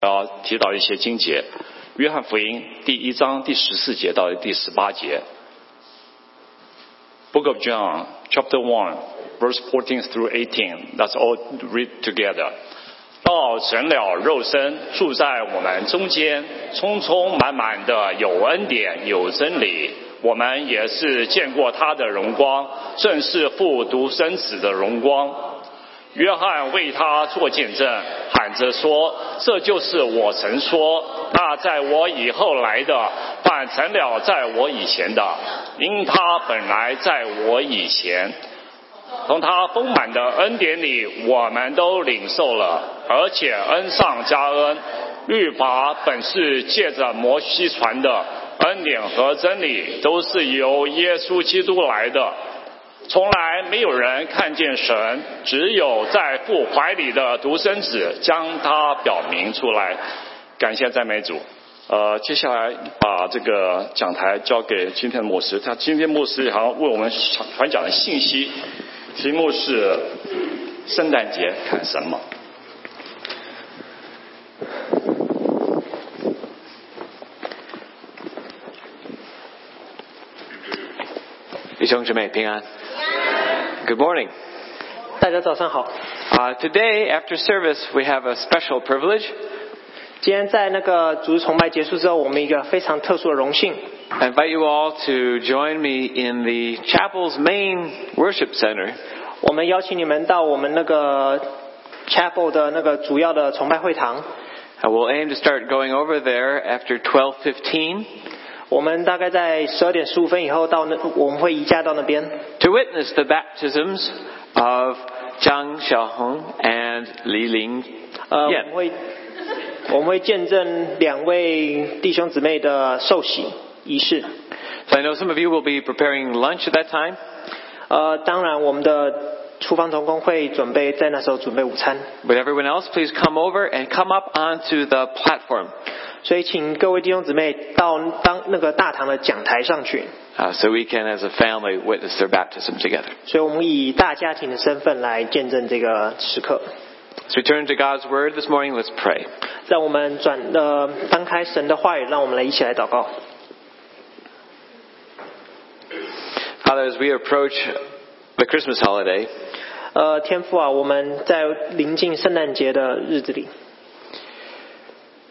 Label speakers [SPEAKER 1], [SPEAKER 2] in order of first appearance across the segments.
[SPEAKER 1] 然后提到一些经节，《约翰福音》第一章第十四节到第十八节，《Book of John》Chapter One Verse Fourteen through Eighteen。Let's all read together. 道成了肉身，住在我们中间，充充满满的有恩典，有真理。我们也是见过他的荣光，正是父独生子的荣光。约翰为他做见证，喊着说：“这就是我曾说，那在我以后来的，反成了在我以前的，因他本来在我以前。”从他丰满的恩典里，我们都领受了，而且恩上加恩。律法本是借着摩西传的，恩典和真理都是由耶稣基督来的。从来没有人看见神，只有在父怀里的独生子将他表明出来。感谢赞美主。呃，接下来把这个讲台交给今天的牧师，他今天牧师好像为我们传讲的信息题目是圣诞节看什么？
[SPEAKER 2] 弟兄姊妹平安。Good morning.
[SPEAKER 3] 大家早上好。
[SPEAKER 2] Uh, today, after service, we have a special privilege,
[SPEAKER 3] 今天在那个主日崇拜结束之后，我们一个非常特殊的荣幸，
[SPEAKER 2] I invite you all to join me in the chapel's main worship center
[SPEAKER 3] 我们邀请你们到我们那个 chapel 的那个主要的崇拜会堂。
[SPEAKER 2] Uh, we'll aim to start going over there after 12:15
[SPEAKER 3] 我们大概在十二点十五分以后到那，我们会移驾到那边，
[SPEAKER 2] to witness the baptisms of Zhang Xiaohong and Li Ling Um,
[SPEAKER 3] 呃，我
[SPEAKER 2] Yan.
[SPEAKER 3] 们会我们会见证两位弟兄姊妹的受洗仪式。
[SPEAKER 2] So I know some of you will be preparing lunch at that time.
[SPEAKER 3] 呃，当然我们的厨房童工会准备在那时候准备午餐，
[SPEAKER 2] But everyone else, please come over and come up onto the platform
[SPEAKER 3] 所以请各位弟兄姊妹到当那个大堂的讲台上去。
[SPEAKER 2] uh, so we can, as a family, witness their baptism together.
[SPEAKER 3] 所以我们以大家庭的身份来见证这个时刻。
[SPEAKER 2] So we turn to God's Word this morning. Let's pray.
[SPEAKER 3] 让我们转呃翻开神的话语，让我们来一起来祷告。
[SPEAKER 2] Father, as we approach the Christmas holiday,
[SPEAKER 3] 呃，天父啊，我们在临近圣诞节的日子里，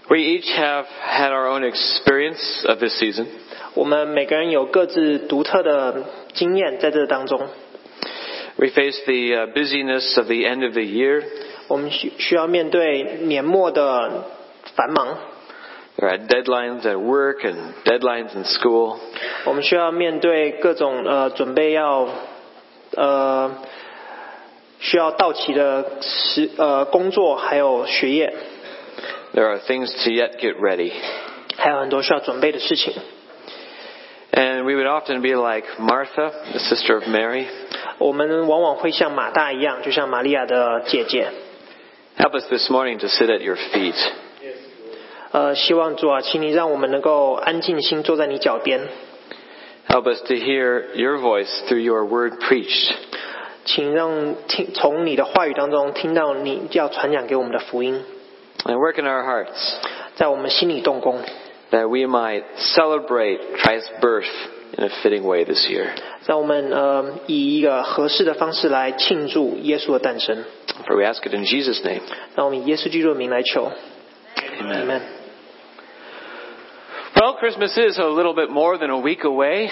[SPEAKER 2] we each have had our own experience of this season.
[SPEAKER 3] 我们每个人有各自独特的经验，在这当中，
[SPEAKER 2] We face the uh, busyness of the end of the year.
[SPEAKER 3] 我们需需要面对年末的繁忙，
[SPEAKER 2] There are deadlines at work and deadlines in school.
[SPEAKER 3] 我们需要面对各种呃准备要呃需要到期的时呃工作，还有学业，
[SPEAKER 2] There are things to yet get ready.
[SPEAKER 3] 还有很多需要准备的事情。
[SPEAKER 2] And we would often be like Martha, the sister of Mary.
[SPEAKER 3] 我们往往会像马大一样，就像玛利亚的姐姐。
[SPEAKER 2] Help us this morning to sit at your feet.
[SPEAKER 3] 呃，希望主啊，请你让我们能够安静心坐在你脚边，
[SPEAKER 2] Help us to hear your voice through your word preached.
[SPEAKER 3] 请让听从你的话语当中听到你要传讲给我们的福音，
[SPEAKER 2] And work in our hearts
[SPEAKER 3] 在我们心里动工，
[SPEAKER 2] that we might celebrate Christ's birth in a fitting way this year.
[SPEAKER 3] 让我们呃以一个合适的方式来庆祝耶稣的诞生。
[SPEAKER 2] For we ask it in Jesus' name.
[SPEAKER 3] 让我们以耶稣基督的名来求，你们。
[SPEAKER 2] Well, Christmas is a little bit more than a week away.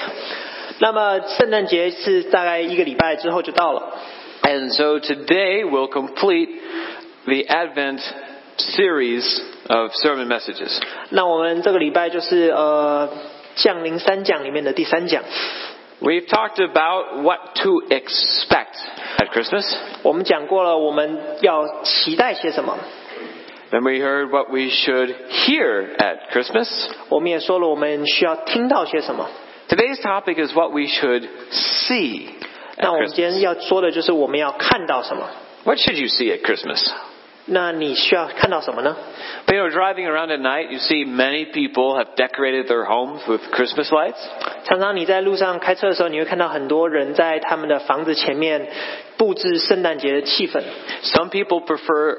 [SPEAKER 3] 那么圣诞节是大概一个礼拜之后就到了，
[SPEAKER 2] And so today we'll complete the Advent series of sermon messages.
[SPEAKER 3] 那我们这个礼拜就是呃降临三讲里面的第三讲。
[SPEAKER 2] We've talked about what to expect at Christmas.
[SPEAKER 3] 我们讲过了，我们要期待些什么？
[SPEAKER 2] Then we heard what we should hear at Christmas.
[SPEAKER 3] 我们也说了，我们需要听到些什么？
[SPEAKER 2] Today's topic is what we should see
[SPEAKER 3] 那
[SPEAKER 2] at
[SPEAKER 3] 我们今
[SPEAKER 2] Christmas.
[SPEAKER 3] 天要说的就是我们要看到什么？
[SPEAKER 2] What should you see at Christmas?
[SPEAKER 3] 那你需要看到什么呢？
[SPEAKER 2] You know, driving around at night, you see many people have decorated their homes with Christmas lights.
[SPEAKER 3] 常常你在路上开车的时候，你会看到很多人在他们的房子前面布置圣诞节的气氛。
[SPEAKER 2] Some people prefer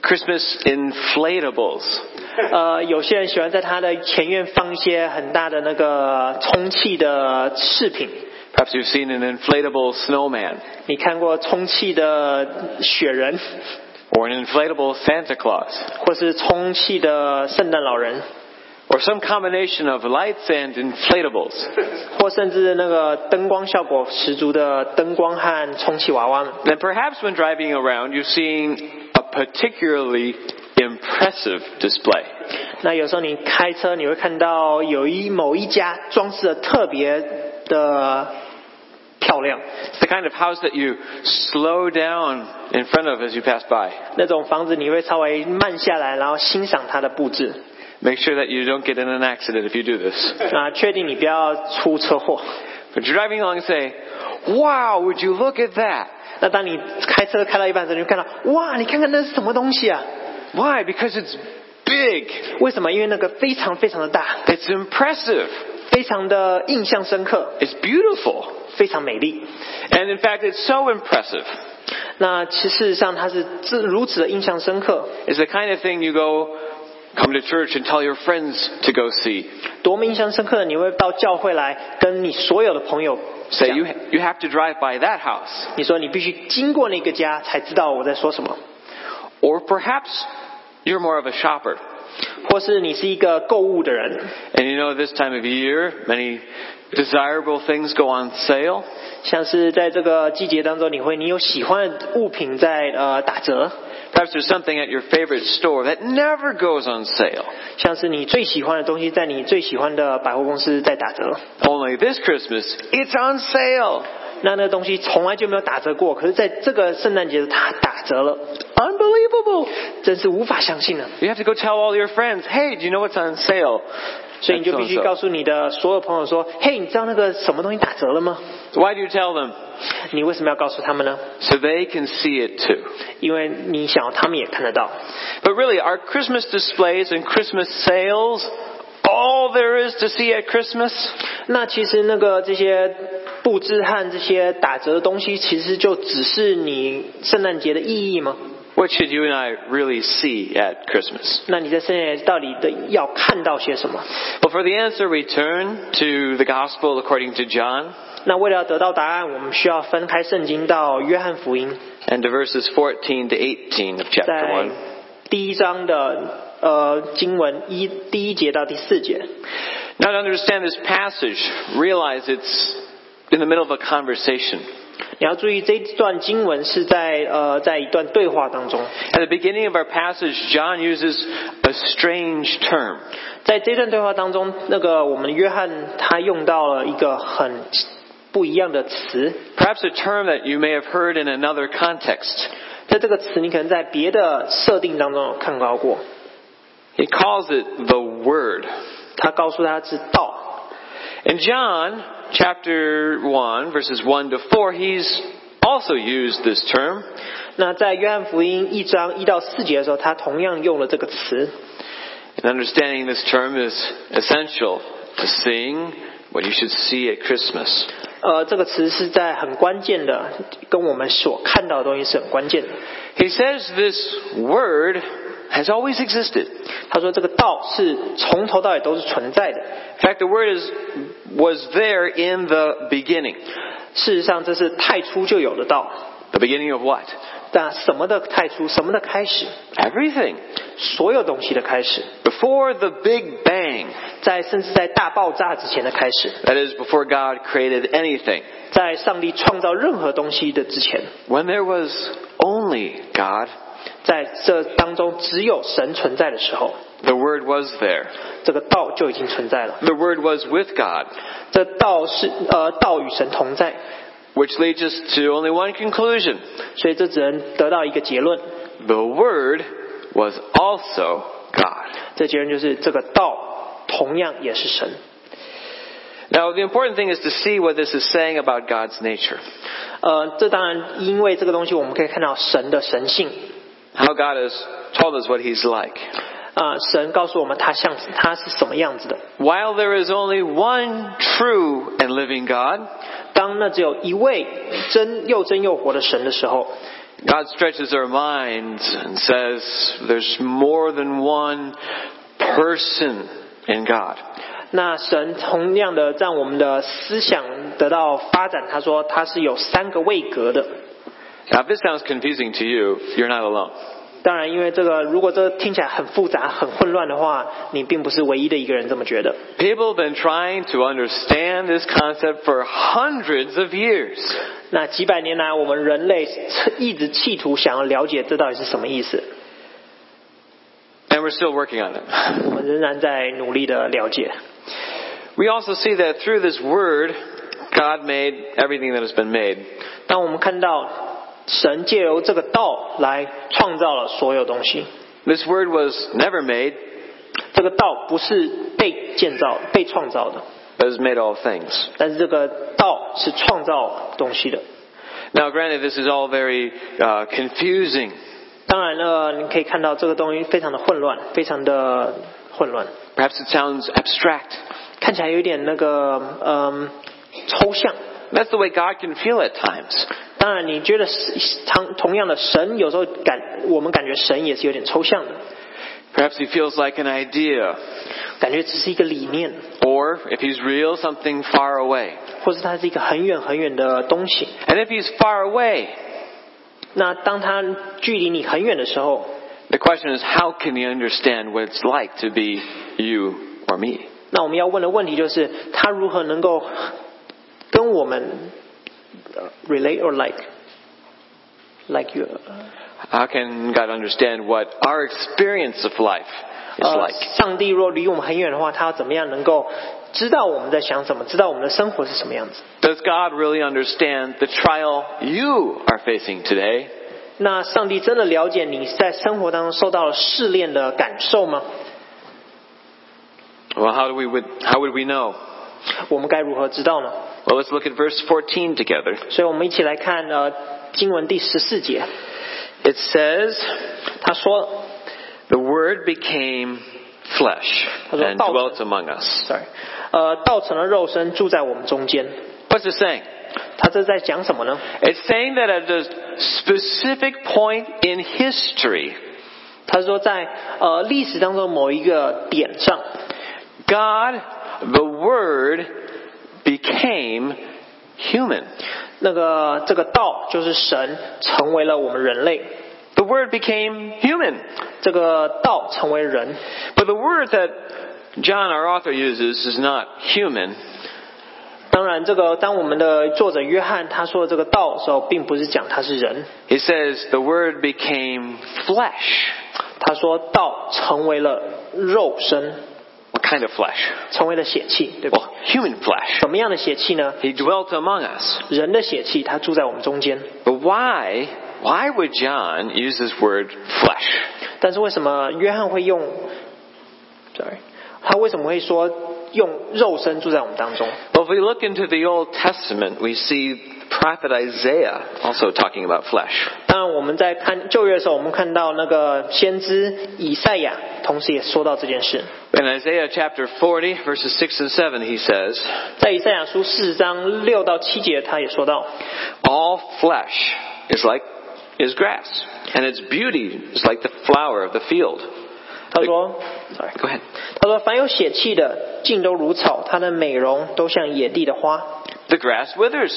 [SPEAKER 2] Christmas inflatables.
[SPEAKER 3] 呃，有些人喜欢在他的前院放一些很大的那个充气的饰品。
[SPEAKER 2] Perhaps you've seen an inflatable snowman
[SPEAKER 3] 你看过充气的雪人，
[SPEAKER 2] or an inflatable Santa Claus
[SPEAKER 3] 或是充气的圣诞老人，
[SPEAKER 2] or some combination of lights and inflatables.
[SPEAKER 3] 或甚至那个灯光效果十足的灯光和充气娃娃们。
[SPEAKER 2] Then perhaps when driving around, you're seeing a particularly impressive display.
[SPEAKER 3] 那有时候你开车，你会看到有一某一家装饰的特别的漂亮，
[SPEAKER 2] It's the kind of house that you slow down in front of as you pass by.
[SPEAKER 3] 那种房子你会稍微慢下来，然后欣赏它的布置
[SPEAKER 2] Make sure that you don't get in an accident if you do this.
[SPEAKER 3] 啊，确定你不要出车祸。
[SPEAKER 2] But you're driving along and say, Wow, would you look at that?
[SPEAKER 3] 那当你开车开到一半的时候，你就看到哇，你看看那是什么东西啊？
[SPEAKER 2] Why? Because it's big.
[SPEAKER 3] 为什么？因为那个非常非常的大，
[SPEAKER 2] It's impressive.
[SPEAKER 3] 非常的印象深刻，
[SPEAKER 2] It's beautiful.
[SPEAKER 3] 非常美丽。
[SPEAKER 2] And in fact, it's so impressive.
[SPEAKER 3] 那其实事实上它是这如此的印象深刻，
[SPEAKER 2] It's the kind of thing you go, come to church and tell your friends to go see.
[SPEAKER 3] 多么印象深刻的！你会到教会来跟你所有的朋友
[SPEAKER 2] Say,
[SPEAKER 3] 讲
[SPEAKER 2] you, you have to drive by that house.
[SPEAKER 3] 你说你必须经过那个家才知道我在说什么，
[SPEAKER 2] Or perhaps you're more of a shopper.
[SPEAKER 3] 或是你是一个购物的人。
[SPEAKER 2] And you know, this time of year, many desirable things go on sale.
[SPEAKER 3] 像是在这个季节当中，你会你有喜欢的物品在呃打折，
[SPEAKER 2] Perhaps there's something at your favorite store that never goes on sale.
[SPEAKER 3] 像是你最喜欢的东西在你最喜欢的百货公司在打折，
[SPEAKER 2] Only this Christmas, it's on sale.
[SPEAKER 3] 那那东西从来就没有打折过，可是在这个圣诞节它打折了，
[SPEAKER 2] Unbelievable.
[SPEAKER 3] 真是无法相信啊！
[SPEAKER 2] You have to go tell all your friends, hey, do you know what's on sale?
[SPEAKER 3] 所以你
[SPEAKER 2] That's
[SPEAKER 3] 就必须
[SPEAKER 2] so-and-so.
[SPEAKER 3] 告诉你的所有朋友说：“嘿，你知道那个什么东西打折了吗？
[SPEAKER 2] Why do you tell them?
[SPEAKER 3] 你为什么要告诉他们呢？
[SPEAKER 2] So they can see it too.
[SPEAKER 3] 因为你想要他们也看得到。
[SPEAKER 2] But really, our Christmas displays and Christmas sales, all there is to see at Christmas
[SPEAKER 3] 那其实那个这些布置和这些打折的东西，其实就只是你圣诞节的意义吗？
[SPEAKER 2] What should you and I really see at Christmas?
[SPEAKER 3] 那你在圣诞节到底的要看到些什么？
[SPEAKER 2] Well, for the answer, we turn to the Gospel according to John
[SPEAKER 3] 那为了要得到答案，我们需要分开圣经到约翰福音，
[SPEAKER 2] and to verses 14 to 18 of
[SPEAKER 3] 在
[SPEAKER 2] chapter 1.
[SPEAKER 3] 第一章的呃经文一第一节到第四节。
[SPEAKER 2] Now, to understand this passage, realize it's in the middle of a conversation.
[SPEAKER 3] 你要注意，这一段经文是在呃在一段对话当中，
[SPEAKER 2] At the beginning of our passage, John uses a strange term.
[SPEAKER 3] 在这段对话当中，那个我们约翰他用到了一个很不一样的词，
[SPEAKER 2] Perhaps a term that you may have heard in another context.
[SPEAKER 3] 在这个词你可能在别的设定当中有看到过，
[SPEAKER 2] He calls it the Word.
[SPEAKER 3] 他告诉他是道。
[SPEAKER 2] In John chapter 1, verses 1 to 4, he's also used this term.
[SPEAKER 3] 那在约翰福音一章一到四节的时候，他同样用了这个词。
[SPEAKER 2] And understanding this term is essential to seeing what you should see at Christmas.
[SPEAKER 3] 呃，这个词是在很关键的，跟我们所看到的东西是很关键的。
[SPEAKER 2] He says this Word has always existed.
[SPEAKER 3] 他说这个道是从头到尾都是存在的，
[SPEAKER 2] In fact, the Word is, was there in the beginning.
[SPEAKER 3] 事实上这是太初就有的道。
[SPEAKER 2] The beginning of what?
[SPEAKER 3] 那什么的太初，什么的开始，
[SPEAKER 2] Everything.
[SPEAKER 3] 所有东西的开始，
[SPEAKER 2] Before the Big Bang.
[SPEAKER 3] 在甚至在大爆炸之前的开始，
[SPEAKER 2] That is, before God created anything.
[SPEAKER 3] 在上帝创造任何东西的之前，
[SPEAKER 2] When there was only God,
[SPEAKER 3] 在这当中只有神存在的时候，
[SPEAKER 2] the Word was there.
[SPEAKER 3] 这个道就已经存在了。
[SPEAKER 2] The Word was with God,
[SPEAKER 3] 这道是呃道与神同在，
[SPEAKER 2] which leads us to only one conclusion.
[SPEAKER 3] 所以这只能得到一个结论，
[SPEAKER 2] The Word was also God.
[SPEAKER 3] 这结论就是这个道同样也是神。
[SPEAKER 2] Now, the important thing is to see what this is saying about God's nature.
[SPEAKER 3] 呃，这当然因为这个东西我们可以看到神的神性
[SPEAKER 2] How God has told us what He's like.
[SPEAKER 3] 啊、神告诉我们他像他是什么样子的。
[SPEAKER 2] While there is only one true and living God,
[SPEAKER 3] 当那只有一位真又真又活的神的时候，
[SPEAKER 2] God stretches our minds and says there's more than one person in God.
[SPEAKER 3] 那神同样的让我们的思想得到发展。他说他是有三个位格的。
[SPEAKER 2] Now, if this sounds confusing to you, you're not alone.
[SPEAKER 3] 当然，因为这个如果这听起来很复杂、很混乱的话，你并不是唯一的一个人这么觉得。
[SPEAKER 2] People have been trying to understand this concept for hundreds of years.
[SPEAKER 3] 那几百年来，我们人类一直企图想要了解这到底是什么意思，
[SPEAKER 2] And we're still working on it.
[SPEAKER 3] 我们仍然在努力的了解。
[SPEAKER 2] We also see that through this word, God made everything that has been made.
[SPEAKER 3] 当我们看到神借由这个道来创造了所有东西，
[SPEAKER 2] This word was never made,
[SPEAKER 3] 这个道不是被建造、被创造的，
[SPEAKER 2] but has made all things.
[SPEAKER 3] 但是这个道是创造东西的。
[SPEAKER 2] Now, granted, this is all very uh, confusing.
[SPEAKER 3] 当然了，你可以看到这个东西非常的混乱，非常的混乱，
[SPEAKER 2] Perhaps it sounds abstract.
[SPEAKER 3] 看起来有一点那个嗯抽象。
[SPEAKER 2] That's the way God can feel at times.
[SPEAKER 3] 当然，你觉得是同同样的神有时候感，我们感觉神也是有点抽象的，
[SPEAKER 2] Perhaps he feels like an idea,
[SPEAKER 3] 感觉只是一个理念，
[SPEAKER 2] or if he's real, something far away.
[SPEAKER 3] 或是它是一个很远很远的东西。
[SPEAKER 2] And if he's far away,
[SPEAKER 3] 那当它距离你很远的时候，
[SPEAKER 2] the question is how can he understand what it's like to be you or me?
[SPEAKER 3] 那我们要问的问题就是，他如何能够跟我们呃 relate or like like you？
[SPEAKER 2] How can God understand what our experience of life is
[SPEAKER 3] 呃，
[SPEAKER 2] like?
[SPEAKER 3] 上帝若离我们很远的话，他要怎么样能够知道我们在想什么，知道我们的生活是什么样子？
[SPEAKER 2] Does God really understand the trial you are facing today?
[SPEAKER 3] 那上帝真的了解你在生活当中受到了试炼的感受吗？
[SPEAKER 2] Well, how do we would how would we know?
[SPEAKER 3] 我们该如何知道呢？
[SPEAKER 2] Well, let's look at verse 14 together.
[SPEAKER 3] 所以我们一起来看呃经文第十四节，
[SPEAKER 2] It says,
[SPEAKER 3] 他说
[SPEAKER 2] "The word became flesh and
[SPEAKER 3] About-
[SPEAKER 2] dwelt among us."
[SPEAKER 3] ，sorry，呃，道成了肉身，住在我们中间。
[SPEAKER 2] What's it saying?
[SPEAKER 3] 他这在讲什么呢？
[SPEAKER 2] It's saying that at a specific point in history,
[SPEAKER 3] 他是说在呃历史当中某一个点上，
[SPEAKER 2] God, the word became human.
[SPEAKER 3] 那个这个道就是神成为了我们人类，
[SPEAKER 2] The word became human.
[SPEAKER 3] 这个道成为人。
[SPEAKER 2] But the word that John, our author, uses is not human.
[SPEAKER 3] 当然，这个当我们的作者约翰他说这个道的时候，并不是讲他是人，
[SPEAKER 2] He says the word became flesh.
[SPEAKER 3] 他说道成为了肉身，
[SPEAKER 2] What kind of flesh?
[SPEAKER 3] 成为了血气，对吧？
[SPEAKER 2] Well, human flesh.
[SPEAKER 3] 什么样的血气呢？
[SPEAKER 2] He dwelt among us.
[SPEAKER 3] 人的血气，它住在我们中间。
[SPEAKER 2] But why? Why would John use this word flesh?
[SPEAKER 3] 但是为什么约翰会用？sorry，他为什么会说用肉身住在我们当中？
[SPEAKER 2] Well, if we look into the Old Testament, we see prophet Isaiah also talking about flesh.
[SPEAKER 3] 当然，我们在看旧约的时候，我们看到那个先知以赛亚，同时也说到这件事。
[SPEAKER 2] In Isaiah chapter 40, verses 6 and 7, he says,
[SPEAKER 3] 在以赛亚书四十章六到七节，他也说到，
[SPEAKER 2] All flesh is like is grass, and its beauty is like the flower of the field.
[SPEAKER 3] 他说
[SPEAKER 2] Sorry, go ahead.
[SPEAKER 3] 他说凡有血气的，尽都如草，它的美容都像野地的花。
[SPEAKER 2] The grass withers,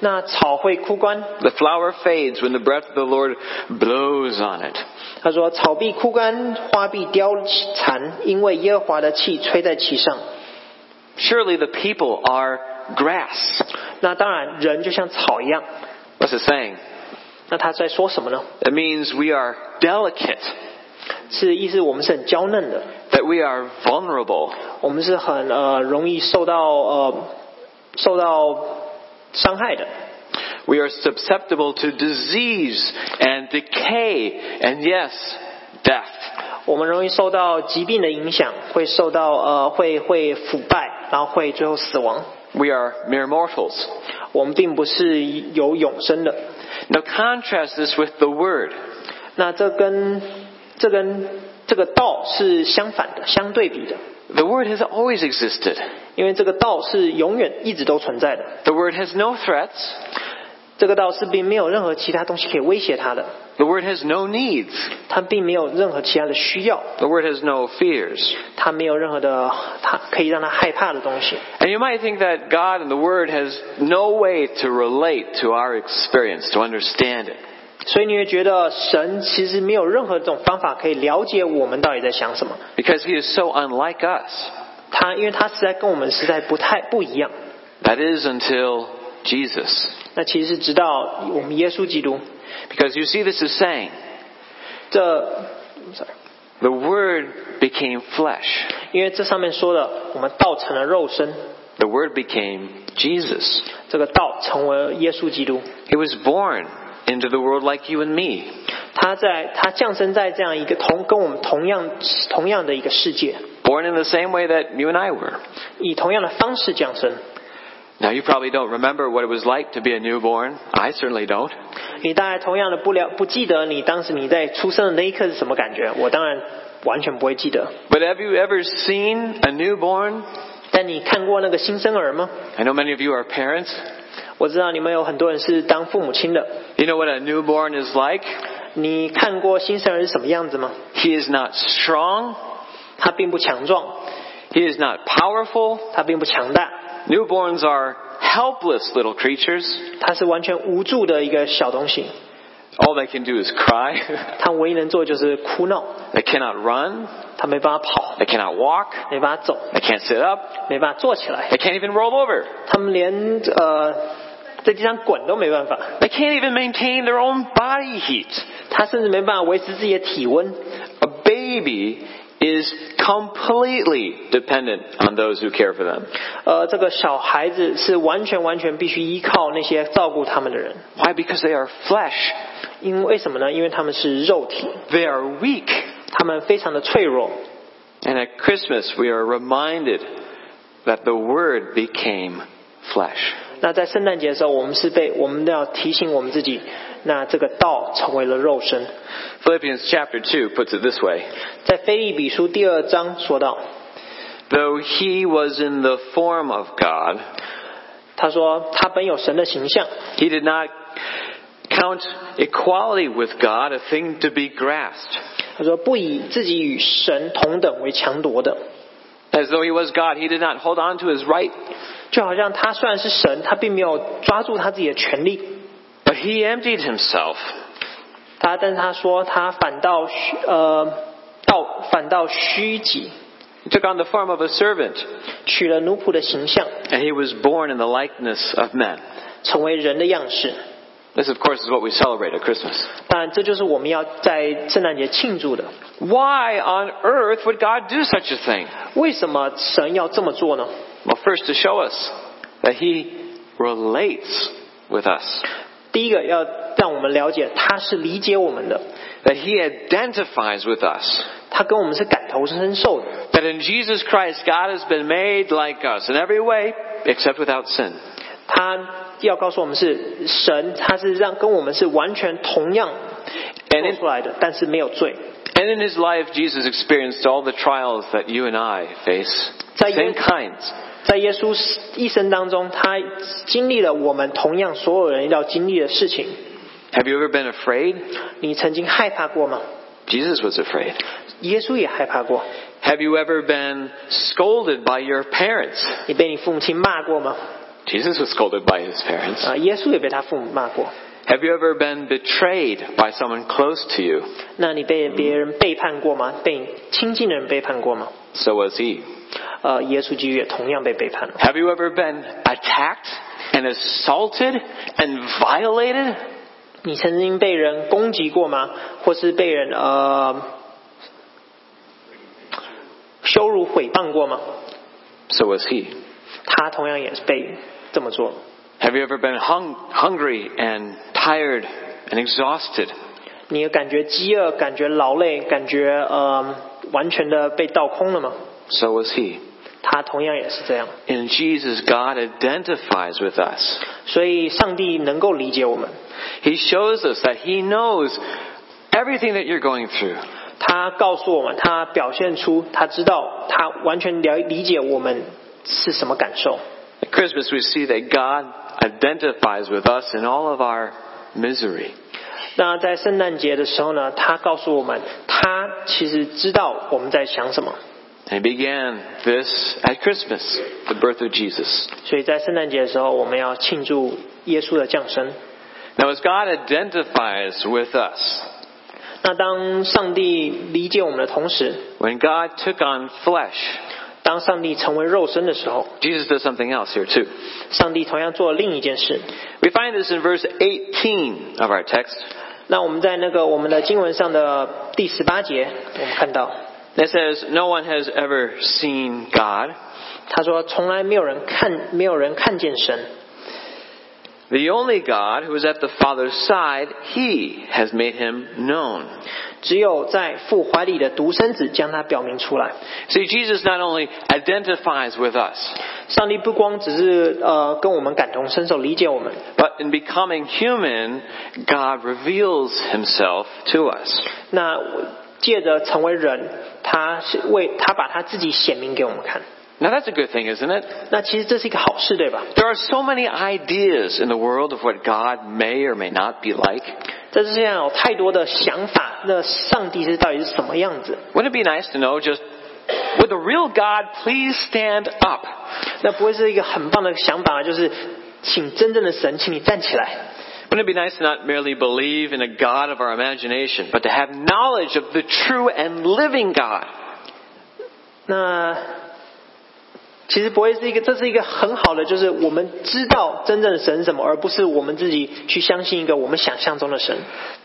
[SPEAKER 3] 那草会枯干，
[SPEAKER 2] the flower fades when the breath of the Lord blows on it.
[SPEAKER 3] 他说草必枯干，花必凋残，因为耶和华的气吹在其上。
[SPEAKER 2] Surely the people are grass.
[SPEAKER 3] 那当然，人就像草一样。
[SPEAKER 2] What's it saying?
[SPEAKER 3] 那他在说什么呢？
[SPEAKER 2] It means we are delicate,
[SPEAKER 3] 是意思我们是很娇嫩的，
[SPEAKER 2] that we are vulnerable,
[SPEAKER 3] 我们是很呃容易受到呃受到伤害的。
[SPEAKER 2] we are susceptible to disease and decay, and yes, death.
[SPEAKER 3] 我们容易受到疾病的影响，会受到呃会会腐败，然后会最后死亡。
[SPEAKER 2] We are mere mortals.
[SPEAKER 3] 我们并不是有永生的。
[SPEAKER 2] Now contrast this with the Word.
[SPEAKER 3] 那这跟这跟这个道是相反的，相对比的，
[SPEAKER 2] The Word has always existed.
[SPEAKER 3] 因为这个道是永远一直都存在的。
[SPEAKER 2] The Word has no threats.
[SPEAKER 3] 这个道是并没有任何其他东西可以威胁他的，
[SPEAKER 2] The word has no needs.
[SPEAKER 3] 他并没有任何其他的需要，
[SPEAKER 2] The word has no fears.
[SPEAKER 3] 他没有任何的他可以让他害怕的东西。
[SPEAKER 2] And you might think that God and the word has no way to relate to our experience, to understand it.
[SPEAKER 3] 所以你会觉得神其实没有任何这种方法可以了解我们到底在想什么。
[SPEAKER 2] Because he is so unlike us.
[SPEAKER 3] 他因为他实在跟我们实在不太不一样。
[SPEAKER 2] That is until Jesus.
[SPEAKER 3] 那其实是直到我们耶稣基督，
[SPEAKER 2] Because you see, this is saying
[SPEAKER 3] 这，I'm sorry，
[SPEAKER 2] the word became flesh.
[SPEAKER 3] 因为这上面说的，我们道成了肉身，
[SPEAKER 2] The word became Jesus.
[SPEAKER 3] 这个道成为了耶稣基督，
[SPEAKER 2] He was born into the world like you and me.
[SPEAKER 3] 他在他降生在这样一个同跟我们同样同样的一个世界，
[SPEAKER 2] Born in the same way that you and I were.
[SPEAKER 3] 以同样的方式降生。
[SPEAKER 2] Now, you probably don't remember what it was like to be a newborn. I certainly don't.
[SPEAKER 3] 你大概同样的不了不记得你当时你在出生的那一刻是什么感觉，我当然完全不会记得。
[SPEAKER 2] But have you ever seen a newborn?
[SPEAKER 3] 但你看过那个新生儿吗？
[SPEAKER 2] I know many of you are parents.
[SPEAKER 3] 我知道你们有很多人是当父母亲的，
[SPEAKER 2] You know what a newborn is like?
[SPEAKER 3] 你看过新生儿是什么样子吗？
[SPEAKER 2] He is not strong.
[SPEAKER 3] 他并不强壮，
[SPEAKER 2] He is not powerful.
[SPEAKER 3] 他并不强大，
[SPEAKER 2] Newborns are helpless little creatures.
[SPEAKER 3] 他是完全无助的一个小东西。
[SPEAKER 2] All they can do is cry.
[SPEAKER 3] 他唯一能做就是哭闹，
[SPEAKER 2] they cannot run.
[SPEAKER 3] 他没办法跑，
[SPEAKER 2] They cannot walk.
[SPEAKER 3] 没办法走，
[SPEAKER 2] They can't sit up.
[SPEAKER 3] 没办法坐起来，
[SPEAKER 2] They can't even roll over.
[SPEAKER 3] 他们连呃在地上滚都没办法，
[SPEAKER 2] They can't even maintain their own body heat.
[SPEAKER 3] 他甚至没办法维持自己的体温。
[SPEAKER 2] A baby is completely dependent on those who care for them.
[SPEAKER 3] 呃，这个小孩子是完全完全必须依靠那些照顾他们的人，
[SPEAKER 2] Why? Because they are flesh.
[SPEAKER 3] 因为为什么呢？因为他们是肉体，
[SPEAKER 2] They are weak.
[SPEAKER 3] 他们非常的脆弱。
[SPEAKER 2] And at Christmas, we are reminded that the Word became flesh.
[SPEAKER 3] 那在圣诞节的时候，我们是被我们要提醒我们自己，那这个道成为了肉身。
[SPEAKER 2] Philippians chapter 2 puts it this way
[SPEAKER 3] 在非利比书第二章说到，
[SPEAKER 2] Though he was in the form of God,
[SPEAKER 3] 他说他本有神的形象，
[SPEAKER 2] he did not count equality with God a thing to be grasped.
[SPEAKER 3] 他说不以自己与神同等为强夺的，
[SPEAKER 2] As though he was God, he did not hold on to his right,
[SPEAKER 3] 就好像他虽然是神，他并没有抓住他自己的权利，
[SPEAKER 2] but he emptied himself.
[SPEAKER 3] 他但是他说他反倒虚呃道反倒虚己，
[SPEAKER 2] He took on the form of a servant,
[SPEAKER 3] 取了奴仆的形象，
[SPEAKER 2] and he was born in the likeness of men.
[SPEAKER 3] 成为人的样式。
[SPEAKER 2] This, of course, is what we celebrate at Christmas.
[SPEAKER 3] 当然，这就是我们要在圣诞节庆祝的。
[SPEAKER 2] Why on earth would God do such a thing?
[SPEAKER 3] 为什么神要这么做呢？
[SPEAKER 2] Well, first to show us that He relates with us,
[SPEAKER 3] 第一个要让我们了解，他是理解我们的，
[SPEAKER 2] that He identifies with us,
[SPEAKER 3] 他跟我们是感同身受的。
[SPEAKER 2] that in Jesus Christ God has been made like us in every way except without sin.
[SPEAKER 3] 他要告诉我们是神，他是让跟我们是完全同样
[SPEAKER 2] And in-
[SPEAKER 3] 做出来的，但是没有罪。
[SPEAKER 2] And in His life, Jesus experienced all the trials that you and I face,
[SPEAKER 3] Thank you.
[SPEAKER 2] same kinds.
[SPEAKER 3] 在耶稣一生当中，他经历了我们同样所有人要经历的事情。
[SPEAKER 2] Have you ever been afraid?
[SPEAKER 3] 你曾经害怕过吗？
[SPEAKER 2] Jesus was afraid.
[SPEAKER 3] 耶稣也害怕过。
[SPEAKER 2] Have you ever been scolded by your parents?
[SPEAKER 3] 你被你父母亲骂过吗？
[SPEAKER 2] Jesus was scolded by his parents.
[SPEAKER 3] 啊，耶稣也被他父母骂过。
[SPEAKER 2] Have you ever been betrayed by someone close to you?
[SPEAKER 3] 那你被别人背叛过吗？被你亲近的人背叛过吗？
[SPEAKER 2] So was he.
[SPEAKER 3] 呃，耶稣基督也同样被背叛了。
[SPEAKER 2] Have you ever been attacked and assaulted and violated?
[SPEAKER 3] 你曾经被人攻击过吗？或是被人呃羞辱、毁谤过吗？
[SPEAKER 2] So was he.
[SPEAKER 3] 他同样也是被这么做。
[SPEAKER 2] Have you ever been hung, hungry and tired and exhausted?
[SPEAKER 3] 你有感觉饥饿、感觉劳累、感觉呃完全的被倒空了吗？
[SPEAKER 2] So was he.
[SPEAKER 3] 他同样也是这样。
[SPEAKER 2] In Jesus, God identifies with us.
[SPEAKER 3] 所以，上帝能够理解我们，
[SPEAKER 2] He shows us that he knows everything that you're going through.
[SPEAKER 3] 他告诉我们，他表现出他知道，他完全了理解我们是什么感受。
[SPEAKER 2] At Christmas, we see that God identifies with us in all of our misery.
[SPEAKER 3] 那在圣诞节的时候呢，他告诉我们，他其实知道我们在想什么。
[SPEAKER 2] And He began this at Christmas, the birth of Jesus.
[SPEAKER 3] 所以在圣诞节的时候，我们要庆祝耶稣的降生。
[SPEAKER 2] Now, as God identifies with us,
[SPEAKER 3] 那当上帝理解我们的同时，
[SPEAKER 2] when God took on flesh,
[SPEAKER 3] 当上帝成为肉身的时候，
[SPEAKER 2] Jesus does something else here too.
[SPEAKER 3] 上帝同样做了另一件事。
[SPEAKER 2] We find this in verse 18 of our text.
[SPEAKER 3] 那我们在那个我们的经文上的第十八节，我们看到
[SPEAKER 2] It says, No one has ever seen God.
[SPEAKER 3] 他说：“从来没有人看，没有人看见神，
[SPEAKER 2] The only God who is at the Father's side, he has made him known.
[SPEAKER 3] 只有在父怀里的独生子将他表明出来。”
[SPEAKER 2] See, Jesus not only identifies with us,
[SPEAKER 3] 上帝不光只是呃跟我们感同身受，理解我们，
[SPEAKER 2] but in becoming human, God reveals himself to us.
[SPEAKER 3] 那借着成为人，他是为他把他自己显明给我们看。
[SPEAKER 2] Now that's a good thing, isn't it?
[SPEAKER 3] 那其实这是一个好事，对吧？
[SPEAKER 2] There are so many ideas in the world of what God may or may not be like.
[SPEAKER 3] 在这世界上有太多的想法，那上帝是到底是什么样子？
[SPEAKER 2] Wouldn't it be nice to know just, would the real God please stand up?
[SPEAKER 3] 那不会是一个很棒的想法，就是请真正的神，请你站起来。
[SPEAKER 2] Wouldn't it be nice to not merely believe in a God of our imagination, but to have knowledge of the true and living God?
[SPEAKER 3] 那其实不会是一个，这是一个很好的，就是我们知道真正的神是什么，而不是我们自己去相信一个我们想象中的神。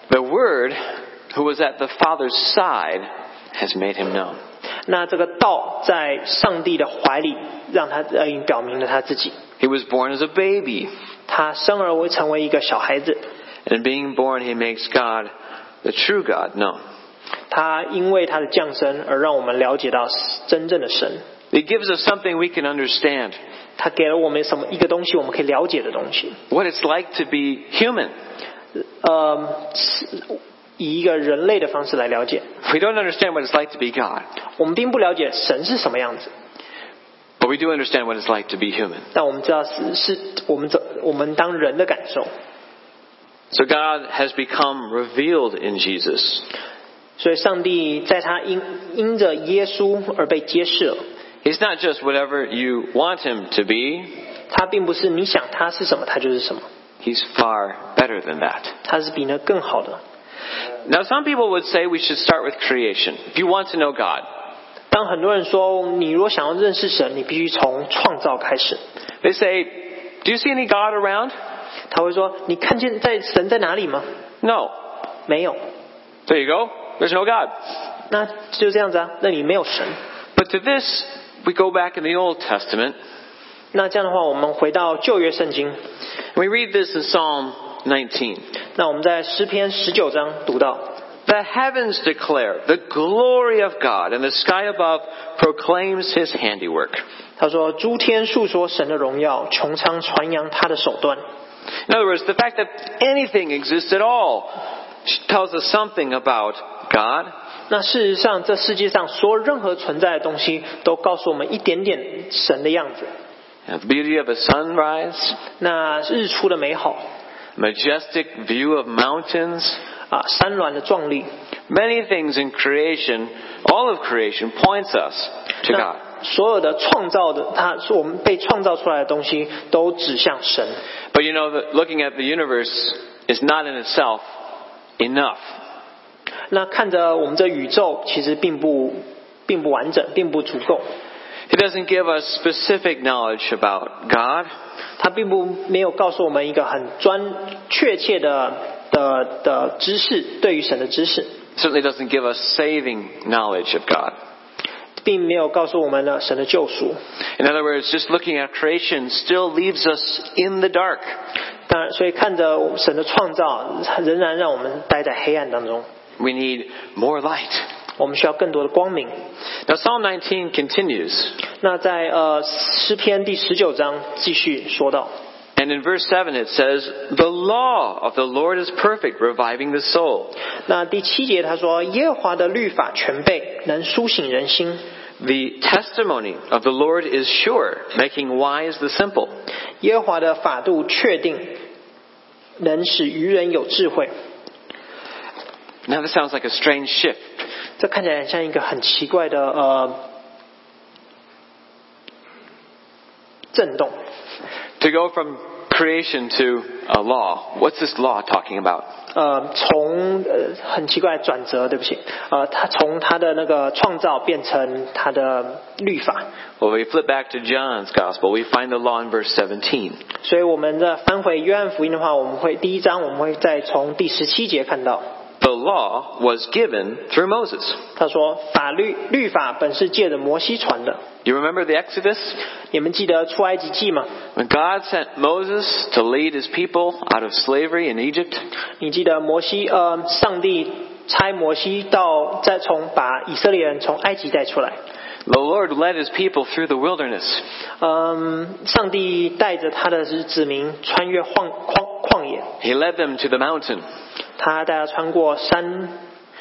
[SPEAKER 2] The Word, who was at the Father's side, has made him known.
[SPEAKER 3] 那这个道在上帝的怀里，让他呃表明了他自己。
[SPEAKER 2] He was born as a baby,
[SPEAKER 3] 他生而为成为一个小孩子，
[SPEAKER 2] and in being born, he makes God, the true God, known.
[SPEAKER 3] 他因为他的降生而让我们了解到真正的神。
[SPEAKER 2] It gives us something we can understand
[SPEAKER 3] 他给了我们什么一个东西，我们可以了解的东西。
[SPEAKER 2] what it's like to be human.
[SPEAKER 3] 呃，是以一个人类的方式来了解，
[SPEAKER 2] We don't understand what it's like to be God,
[SPEAKER 3] 我们并不了解神是什么样子，
[SPEAKER 2] but we do understand what it's like to be human.
[SPEAKER 3] 但我们知道是是我们这我们当人的感受。
[SPEAKER 2] So God has become revealed in Jesus.
[SPEAKER 3] 所以，上帝在他因因着耶稣而被揭示了。
[SPEAKER 2] He's not just whatever you want him to be.
[SPEAKER 3] 他并不是你想他是什么，他就是什么，
[SPEAKER 2] He's far better than that.
[SPEAKER 3] 他是比那更好的。
[SPEAKER 2] Now, some people would say we should start with creation. If you want to know God,
[SPEAKER 3] 当很多人说你如果想要认识神，你必须从创造开始。
[SPEAKER 2] they say, Do you see any God around?
[SPEAKER 3] 他会说：“你看见在神在哪里吗
[SPEAKER 2] No.？”
[SPEAKER 3] 没有，
[SPEAKER 2] There you go. There's no God.
[SPEAKER 3] 那就这样子啊。那你没有神。
[SPEAKER 2] But to this, we go back in the Old Testament.
[SPEAKER 3] 那这样的话，我们回到旧约圣经，
[SPEAKER 2] We read this in Psalm 19.
[SPEAKER 3] 那我们在诗篇十九章读到：
[SPEAKER 2] The heavens declare the glory of God, and the sky above proclaims his handiwork.
[SPEAKER 3] 他说：“诸天述说神的荣耀，穹苍传扬他的手段。
[SPEAKER 2] In other words, the fact that anything exists at all tells us something about God. ”
[SPEAKER 3] 那事实上，这世界上所有任何存在的东西，都告诉我们一点点神的样子。
[SPEAKER 2] And the beauty of a sunrise,
[SPEAKER 3] 那日出的美好
[SPEAKER 2] majestic view of mountains,
[SPEAKER 3] 啊，山峦的壮丽，
[SPEAKER 2] many things in creation, all of creation points us to
[SPEAKER 3] 那
[SPEAKER 2] God.
[SPEAKER 3] 所有的创造的，它是我们被创造出来的东西，都指向神。
[SPEAKER 2] But you know, that looking at the universe is not in itself enough.
[SPEAKER 3] 那看着我们这宇宙，其实并不并不完整，并不足够，
[SPEAKER 2] He doesn't give us specific knowledge about God.
[SPEAKER 3] 它并不没有告诉我们一个很专确切的的的知识，对于神的知识，
[SPEAKER 2] Certainly doesn't give us saving knowledge of God.
[SPEAKER 3] 并没有告诉我们呢神的救赎。
[SPEAKER 2] In other words, just looking at creation still leaves us in the dark.
[SPEAKER 3] 当然，所以看着神的创造，仍然让我们待在黑暗当中。
[SPEAKER 2] We need more light.
[SPEAKER 3] 我们需要更多的光明。
[SPEAKER 2] Now, Psalm 19 continues,
[SPEAKER 3] 那在呃诗篇第十九章继续说到，
[SPEAKER 2] and in verse 7 it says, The law of the Lord is perfect, reviving the soul.
[SPEAKER 3] 那第七节他说：“耶和华的律法全备，能苏醒人心。
[SPEAKER 2] The testimony of the Lord is sure, making wise the simple.
[SPEAKER 3] 耶和华的法度确定，能使愚人有智慧。
[SPEAKER 2] Now, this sounds like a strange shift.
[SPEAKER 3] 这看起来很像一个很奇怪的呃震动。
[SPEAKER 2] To go from creation to a law, what's this law talking about?
[SPEAKER 3] 呃，从呃很奇怪的转折，对不起，呃，他从他的那个创造变成他的律法，
[SPEAKER 2] Well, we flip back to John's Gospel, we find the law in verse 17.
[SPEAKER 3] 所以我们在翻回约翰福音的话，我们会第一章我们会再从第十七节看到，
[SPEAKER 2] The law was given through Moses.
[SPEAKER 3] 他说法律律法本是借着摩西传的，
[SPEAKER 2] You remember the Exodus?
[SPEAKER 3] 你们记得出埃及记吗？
[SPEAKER 2] When God sent Moses to lead his people out of slavery in Egypt,
[SPEAKER 3] 你记得摩西呃，上帝差摩西到再从把以色列人从埃及带出来，
[SPEAKER 2] the Lord led his people through the wilderness.
[SPEAKER 3] 嗯，上帝带着他的子民穿越旷旷旷野，
[SPEAKER 2] He led them to the mountain.
[SPEAKER 3] 他带他穿过山，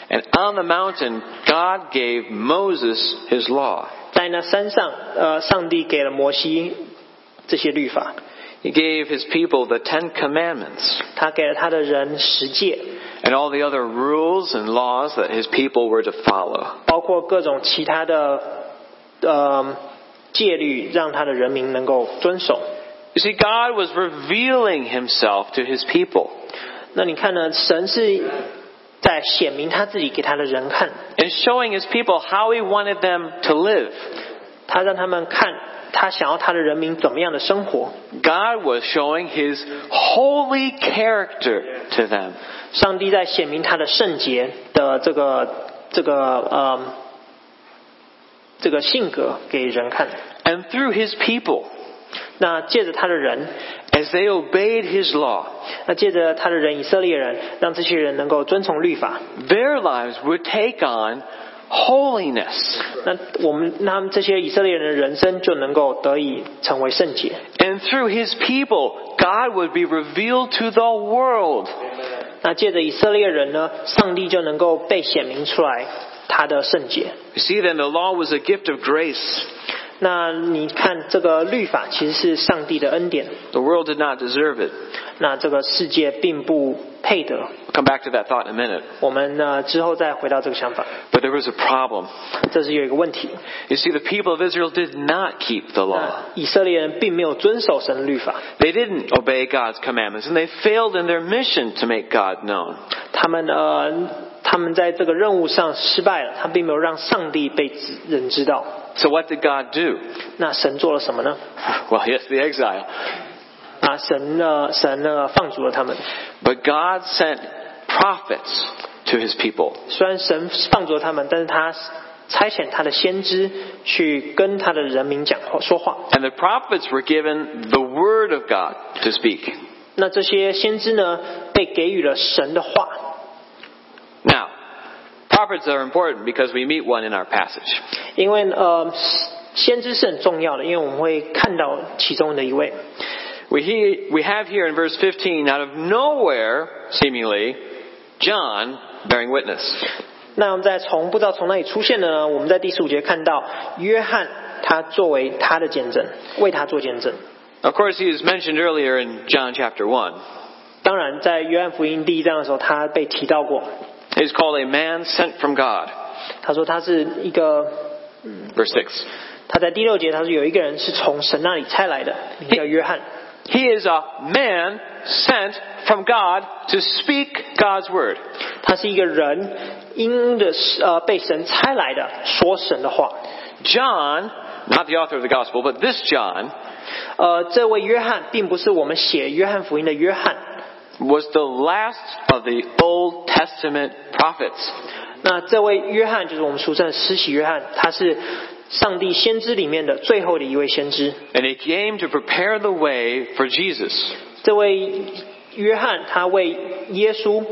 [SPEAKER 2] And on the mountain, God gave Moses his law.
[SPEAKER 3] 在那山上，呃，上帝给了摩西这些律法，
[SPEAKER 2] He gave his people the Ten Commandments
[SPEAKER 3] 他给了他的人十诫，
[SPEAKER 2] and all the other rules and laws that his people were to follow.
[SPEAKER 3] 包括各种其他的呃戒律，让他的人民能够遵守。
[SPEAKER 2] You see, God was revealing himself to his people
[SPEAKER 3] 那你看呢？神是在显明他自己给他的人看，
[SPEAKER 2] and showing his people how he wanted them to live.
[SPEAKER 3] 他让他们看他想要他的人民怎么样的生活。
[SPEAKER 2] God was showing his holy character to them.
[SPEAKER 3] 上帝在显明他的圣洁的这个这个呃这个性格给人看。
[SPEAKER 2] And through his people,
[SPEAKER 3] 那借着他的人，
[SPEAKER 2] as they obeyed his law,
[SPEAKER 3] 那借着他的人以色列人，让这些人能够遵从律法。
[SPEAKER 2] their lives would take on holiness.
[SPEAKER 3] 那我们那他们这些以色列人的人生就能够得以成为圣洁。
[SPEAKER 2] And through his people, God would be revealed to the world.
[SPEAKER 3] 那借着以色列人呢，上帝就能够被显明出来他的圣洁。
[SPEAKER 2] You see, then the law was a gift of grace.
[SPEAKER 3] 那你看这个律法其实是上帝的恩典，
[SPEAKER 2] The world did not deserve it.
[SPEAKER 3] 那这个世界并不配得。
[SPEAKER 2] We'll come back to that thought in a minute.
[SPEAKER 3] 我们呢之后再回到这个想法，
[SPEAKER 2] But there was a problem.
[SPEAKER 3] 这是有一个问题。
[SPEAKER 2] You see, the people of Israel did not keep the law.
[SPEAKER 3] 那以色列人并没有遵守神的律法，
[SPEAKER 2] They didn't obey God's commandments, and they failed in their mission to make God known.
[SPEAKER 3] 他们呃，他们在这个任务上失败了，他并没有让上帝被知人知道。
[SPEAKER 2] So what did God do?
[SPEAKER 3] 那神做了什么呢？
[SPEAKER 2] Well, yes, the exile.
[SPEAKER 3] 啊，神呢，神呢放逐了他们。
[SPEAKER 2] But God sent prophets to his people.
[SPEAKER 3] 虽然神放逐了他们，但是他差遣他的先知去跟他的人民讲话说话。
[SPEAKER 2] And the prophets were given the word of God to speak.
[SPEAKER 3] 那这些先知呢，被给予了神的话。
[SPEAKER 2] Now, prophets are important because we meet one in our passage.
[SPEAKER 3] 因为呃，先知是很重要的，因为我们会看到其中的一位。
[SPEAKER 2] We, he, we have here in verse 15, out of nowhere, seemingly, John bearing witness.
[SPEAKER 3] 那我们再从不知道从哪里出现的呢？我们在第十五节看到约翰，他作为他的见证，为他做见证。
[SPEAKER 2] Of course, he was mentioned earlier in John chapter 1.
[SPEAKER 3] 当然，在约翰福音第一章的时候，他被提到过，
[SPEAKER 2] He's called a man sent from God.
[SPEAKER 3] 他说他是一个，
[SPEAKER 2] Verse 6.
[SPEAKER 3] 他在第六节他说有一个人是从神那里差来的，名叫约翰。
[SPEAKER 2] He is a man sent from God to speak God's word.
[SPEAKER 3] 他是一个人，因的呃被神差来的，说神的话。
[SPEAKER 2] John, not the author of the gospel, but this John,
[SPEAKER 3] 呃，这位约翰并不是我们写约翰福音的约翰，
[SPEAKER 2] was the last of the Old Testament prophets.
[SPEAKER 3] 那这位约翰就是我们俗称的施洗约翰，他是上帝先知里面的最后的一位先知。
[SPEAKER 2] And he came to prepare the way for Jesus.
[SPEAKER 3] 这位约翰他为耶稣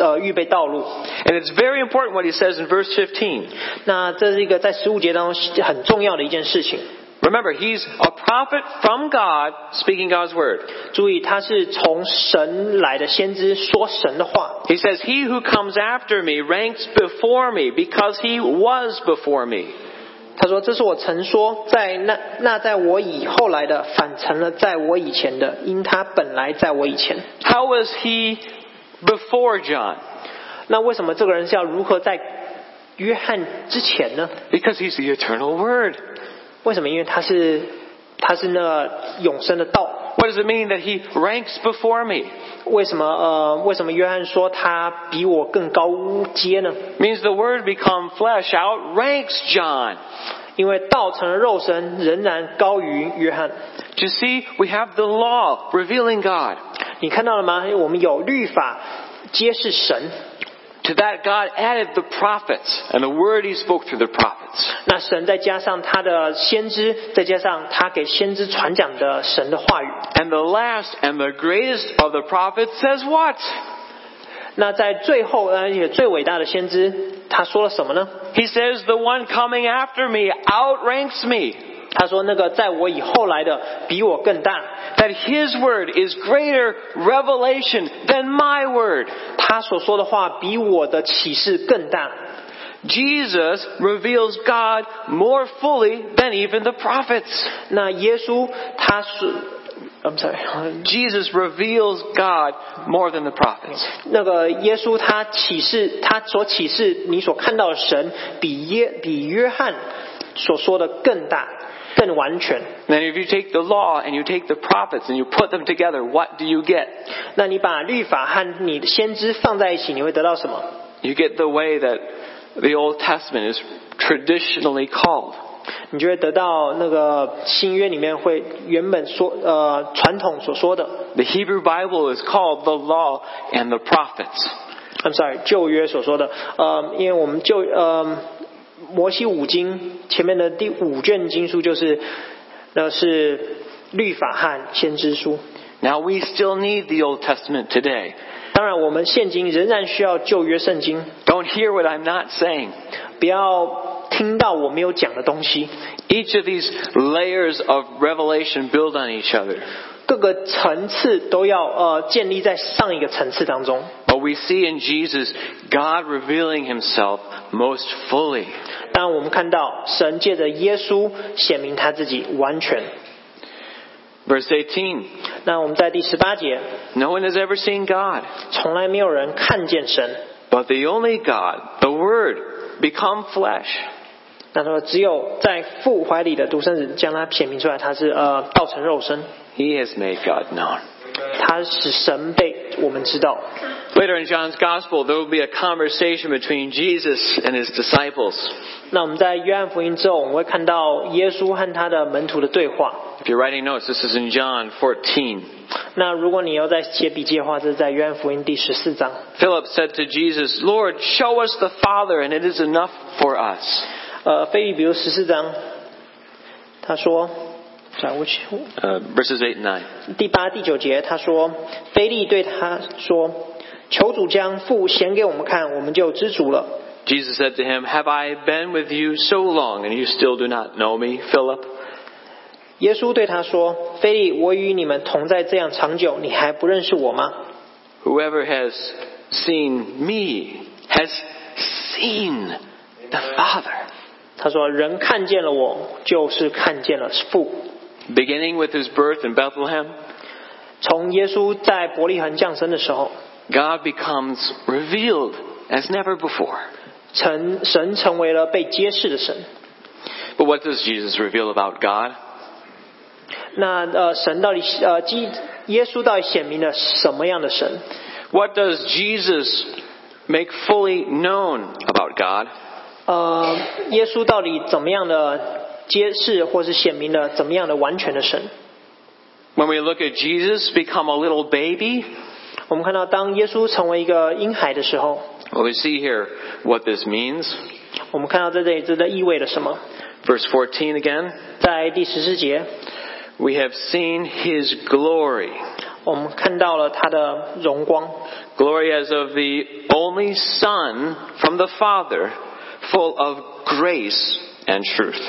[SPEAKER 3] 呃预备道路。
[SPEAKER 2] And it's very important what he says in verse 15.
[SPEAKER 3] 那这是一个在十五节当中很重要的一件事情。
[SPEAKER 2] Remember, he's a prophet from God speaking God's word.
[SPEAKER 3] 注意，他是从神来的先知，说神的话。
[SPEAKER 2] He says, He who comes after me ranks before me because he was before me.
[SPEAKER 3] 他说：“这是我曾说，在那那在我以后来的，反成了在我以前的，因他本来在我以前。
[SPEAKER 2] How was he before John?
[SPEAKER 3] 那为什么这个人是要如何在约翰之前呢？
[SPEAKER 2] Because he's the eternal word.
[SPEAKER 3] 为什么？因为他是他是那个永生的道。
[SPEAKER 2] What does it mean that he ranks before me?
[SPEAKER 3] 为什么呃？为什么约翰说他比我更高阶呢？
[SPEAKER 2] means the word become flesh outranks John.
[SPEAKER 3] 因为道成了肉身，仍然高于约翰。
[SPEAKER 2] Do you see? We have the law revealing God.
[SPEAKER 3] 你看到了吗？哎我们有律法揭示神，
[SPEAKER 2] To that God added the prophets and the word he spoke through the prophets.
[SPEAKER 3] 那神再加上他的先知，再加上他给先知传讲的神的话语。
[SPEAKER 2] And the last and the greatest of the prophets says what?
[SPEAKER 3] 那在最后，而且最伟大的先知，他说了什么呢？
[SPEAKER 2] He says, the one coming after me outranks me.
[SPEAKER 3] 他说：“那个在我以后来的比我更大，
[SPEAKER 2] That his word is greater revelation than my word.
[SPEAKER 3] 他所说的话比我的启示更大。
[SPEAKER 2] Jesus reveals God more fully than even the prophets. ”
[SPEAKER 3] 那耶稣他是，I'm sorry，
[SPEAKER 2] Jesus reveals God more than the prophets.
[SPEAKER 3] 那个耶稣他启示他所启示你所看到的神，比耶比约翰所说的更大、更完全。
[SPEAKER 2] Then if you take the law and you take the prophets and you put them together, what do you get?
[SPEAKER 3] 那你把律法和你的先知放在一起，你会得到什么？
[SPEAKER 2] You get the way that the Old Testament is traditionally called.
[SPEAKER 3] 你就会得到那个新约里面会原本说呃传统所说的
[SPEAKER 2] The Hebrew Bible is called the law and the prophets.
[SPEAKER 3] ，I'm sorry，旧约所说的，呃，因为我们旧呃摩西五经前面的第五卷经书就是那是律法和先知书。
[SPEAKER 2] Now we still need the Old Testament today.
[SPEAKER 3] 当然，我们现今仍然需要旧约圣经，
[SPEAKER 2] Don't hear what I'm not saying.
[SPEAKER 3] 不要听到我没有讲的东西。
[SPEAKER 2] Each of these layers of revelation build on each other.
[SPEAKER 3] 各个层次都要呃建立在上一个层次当中。
[SPEAKER 2] But we see in Jesus God revealing himself most fully.
[SPEAKER 3] 当然，我们看到神借着耶稣显明他自己完全。
[SPEAKER 2] Verse 18
[SPEAKER 3] 那我们在第十八节，
[SPEAKER 2] No one has ever seen God,
[SPEAKER 3] 从来没有人看见神。
[SPEAKER 2] but the only God, the Word, become flesh.
[SPEAKER 3] 那他说，只有在父怀里的独生子将他显明出来，他是呃道成肉身，
[SPEAKER 2] He has made God known.
[SPEAKER 3] 他使神被我们知道。
[SPEAKER 2] Later in John's Gospel, there will be a conversation between Jesus and his disciples.
[SPEAKER 3] 那我们在约翰福音之后，我们会看到耶稣和他的门徒的对话。
[SPEAKER 2] If you're writing notes, this is in John 14.
[SPEAKER 3] 那如果你要在写笔记的话，这是在约翰福音第十四章。
[SPEAKER 2] Philip said to Jesus, Lord, show us the Father, and it is enough for us.
[SPEAKER 3] 呃，菲利比如十四章，他说，在我去
[SPEAKER 2] Uh, verses 8 and 9.
[SPEAKER 3] 第八、第九节，他说，菲利对他说，求主将父显给我们看，我们就知足了。
[SPEAKER 2] Jesus said to him, Have I been with you so long, and you still do not know me, Philip?
[SPEAKER 3] 耶稣对他说，菲利，我与你们同在这样长久，你还不认识我吗？
[SPEAKER 2] Whoever has seen me has seen the Father.
[SPEAKER 3] 他说，人看见了我，就是看见了父。
[SPEAKER 2] Beginning with his birth in Bethlehem,
[SPEAKER 3] 从耶稣在伯利恒降生的时候，
[SPEAKER 2] God becomes revealed as never before.
[SPEAKER 3] 成神成为了被揭示的神。
[SPEAKER 2] But what does Jesus reveal about God?
[SPEAKER 3] 那呃，神到底呃，基耶稣到底显明了什么样的神？
[SPEAKER 2] What does Jesus make fully known about God?
[SPEAKER 3] 呃，耶稣到底怎么样的揭示或是显明了怎么样的完全的神？
[SPEAKER 2] When we look at Jesus become a little baby,
[SPEAKER 3] 我们看到，当耶稣成为一个婴孩的时候，
[SPEAKER 2] well, we see here what this means.
[SPEAKER 3] 我们看到在这里这在意味着什么？
[SPEAKER 2] Verse 14 again.
[SPEAKER 3] 在第十四节，
[SPEAKER 2] We have seen his glory.
[SPEAKER 3] 我们看到了他的荣光，
[SPEAKER 2] Glory as of the only Son from the Father, full of grace and truth.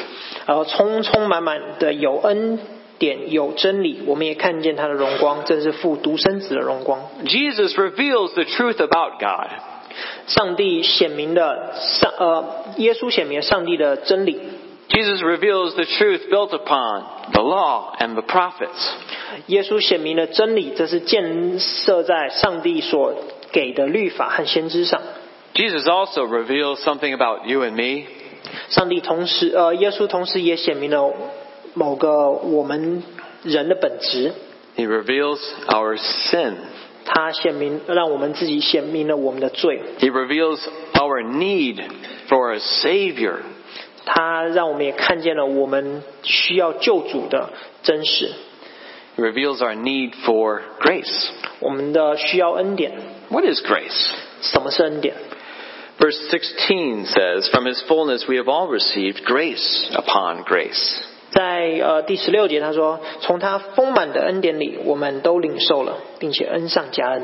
[SPEAKER 3] 然后呃充充满满的有恩典有真理，我们也看见他的荣光，正是父独生子的荣光。
[SPEAKER 2] Jesus reveals the truth about God.
[SPEAKER 3] 上帝显明的上呃，耶稣显明了上帝的真理。
[SPEAKER 2] Jesus reveals the truth built upon the law and the prophets.
[SPEAKER 3] 耶稣显明了真理，这是建设在上帝所给的律法和先知上。
[SPEAKER 2] Jesus also reveals something about you and me.
[SPEAKER 3] 上帝同时，呃，耶稣同时也显明了某个我们人的本质，
[SPEAKER 2] He reveals our sin.
[SPEAKER 3] 他显明让我们自己显明了我们的罪，
[SPEAKER 2] He reveals our need for a Savior.
[SPEAKER 3] 他让我们也看见了我们需要救主的真实，
[SPEAKER 2] He reveals our need for grace.
[SPEAKER 3] 我们的需要恩典。
[SPEAKER 2] What is grace?
[SPEAKER 3] 什么是恩典？
[SPEAKER 2] Verse 16 says, From his fullness we have all received grace upon grace.
[SPEAKER 3] 在呃第十六节，他说：“从他丰满的恩典里，我们都领受了，并且恩上加恩。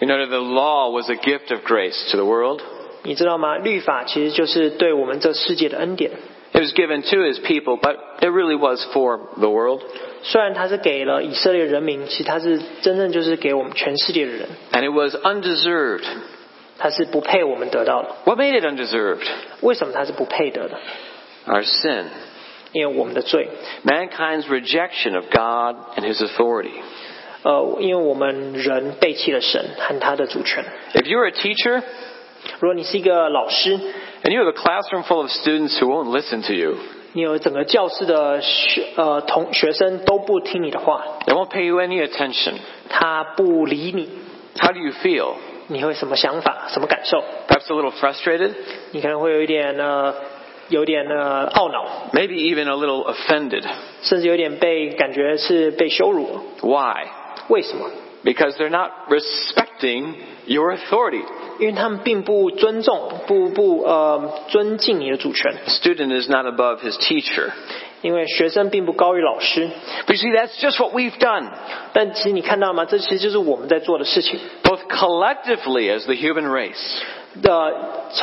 [SPEAKER 2] You know that the law was a gift of grace to the world. ”
[SPEAKER 3] 你知道吗？律法其实就是对我们这世界的恩典。
[SPEAKER 2] It was given to his people, but it really was for the world.
[SPEAKER 3] 虽然它是给了以色列人民，其实它是真正就是给我们全世界的人，
[SPEAKER 2] And it was undeserved.
[SPEAKER 3] 它是不配我们得到的。
[SPEAKER 2] What made it undeserved?
[SPEAKER 3] 为什么它是不配得的？
[SPEAKER 2] Our sin.
[SPEAKER 3] 因为我们的罪，
[SPEAKER 2] Mankind's rejection of God and his authority.
[SPEAKER 3] 呃，因为我们人背弃了神和他的主权。
[SPEAKER 2] If you're a teacher
[SPEAKER 3] 如果你是一个老师，
[SPEAKER 2] and you have a classroom full of students who won't listen to you,
[SPEAKER 3] 你有整个教室的学呃同学生都不听你的话，
[SPEAKER 2] they won't pay you any attention,
[SPEAKER 3] 他不理你，
[SPEAKER 2] how do you feel?
[SPEAKER 3] 你会什么想法？什么感受？
[SPEAKER 2] Perhaps a little frustrated,
[SPEAKER 3] 你可能会有一点呃，有点呃懊恼，
[SPEAKER 2] maybe even a little offended.
[SPEAKER 3] 甚至有点被感觉是被羞辱。
[SPEAKER 2] Why?
[SPEAKER 3] 为什么？
[SPEAKER 2] Because they're not respecting your authority.
[SPEAKER 3] 因为他们并不尊重，不不呃尊敬你的主权，
[SPEAKER 2] A student is not above his teacher.
[SPEAKER 3] 因为学生并不高于老师。
[SPEAKER 2] But you see, that's just what we've done,
[SPEAKER 3] 但其实你看到吗？这其实就是我们在做的事情。
[SPEAKER 2] both collectively as the human race
[SPEAKER 3] 的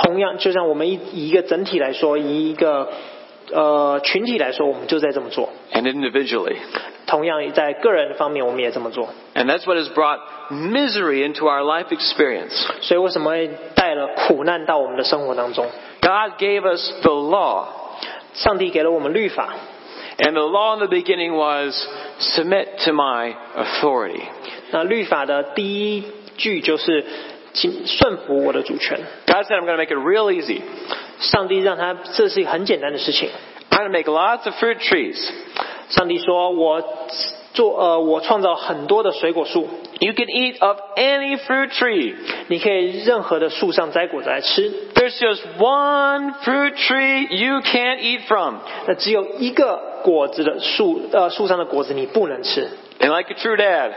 [SPEAKER 3] 同样，就像我们以以一个整体来说，以一个呃群体来说，我们就在这么做。
[SPEAKER 2] and individually.
[SPEAKER 3] 同样，也在个人方面，我们也这么做。
[SPEAKER 2] And that's what has brought misery into our life experience.
[SPEAKER 3] 所以，为什么会带了苦难到我们的生活当中？
[SPEAKER 2] God gave us the law,
[SPEAKER 3] 上帝给了我们律法，
[SPEAKER 2] and the law in the beginning was submit to my authority.
[SPEAKER 3] 那律法的第一句就是请顺服我的主权。
[SPEAKER 2] God said, I'm going to make it real easy.
[SPEAKER 3] 上帝让他这是一个很简单的事情。
[SPEAKER 2] I'm going to make lots of fruit trees.
[SPEAKER 3] 上帝说：“我做呃，我创造很多的水果树，
[SPEAKER 2] You can eat of any fruit tree.
[SPEAKER 3] 你可以任何的树上摘果子来吃。
[SPEAKER 2] There's just one fruit tree you can't eat from.
[SPEAKER 3] 那只有一个果子的树呃树上的果子你不能吃。
[SPEAKER 2] And like a true dad,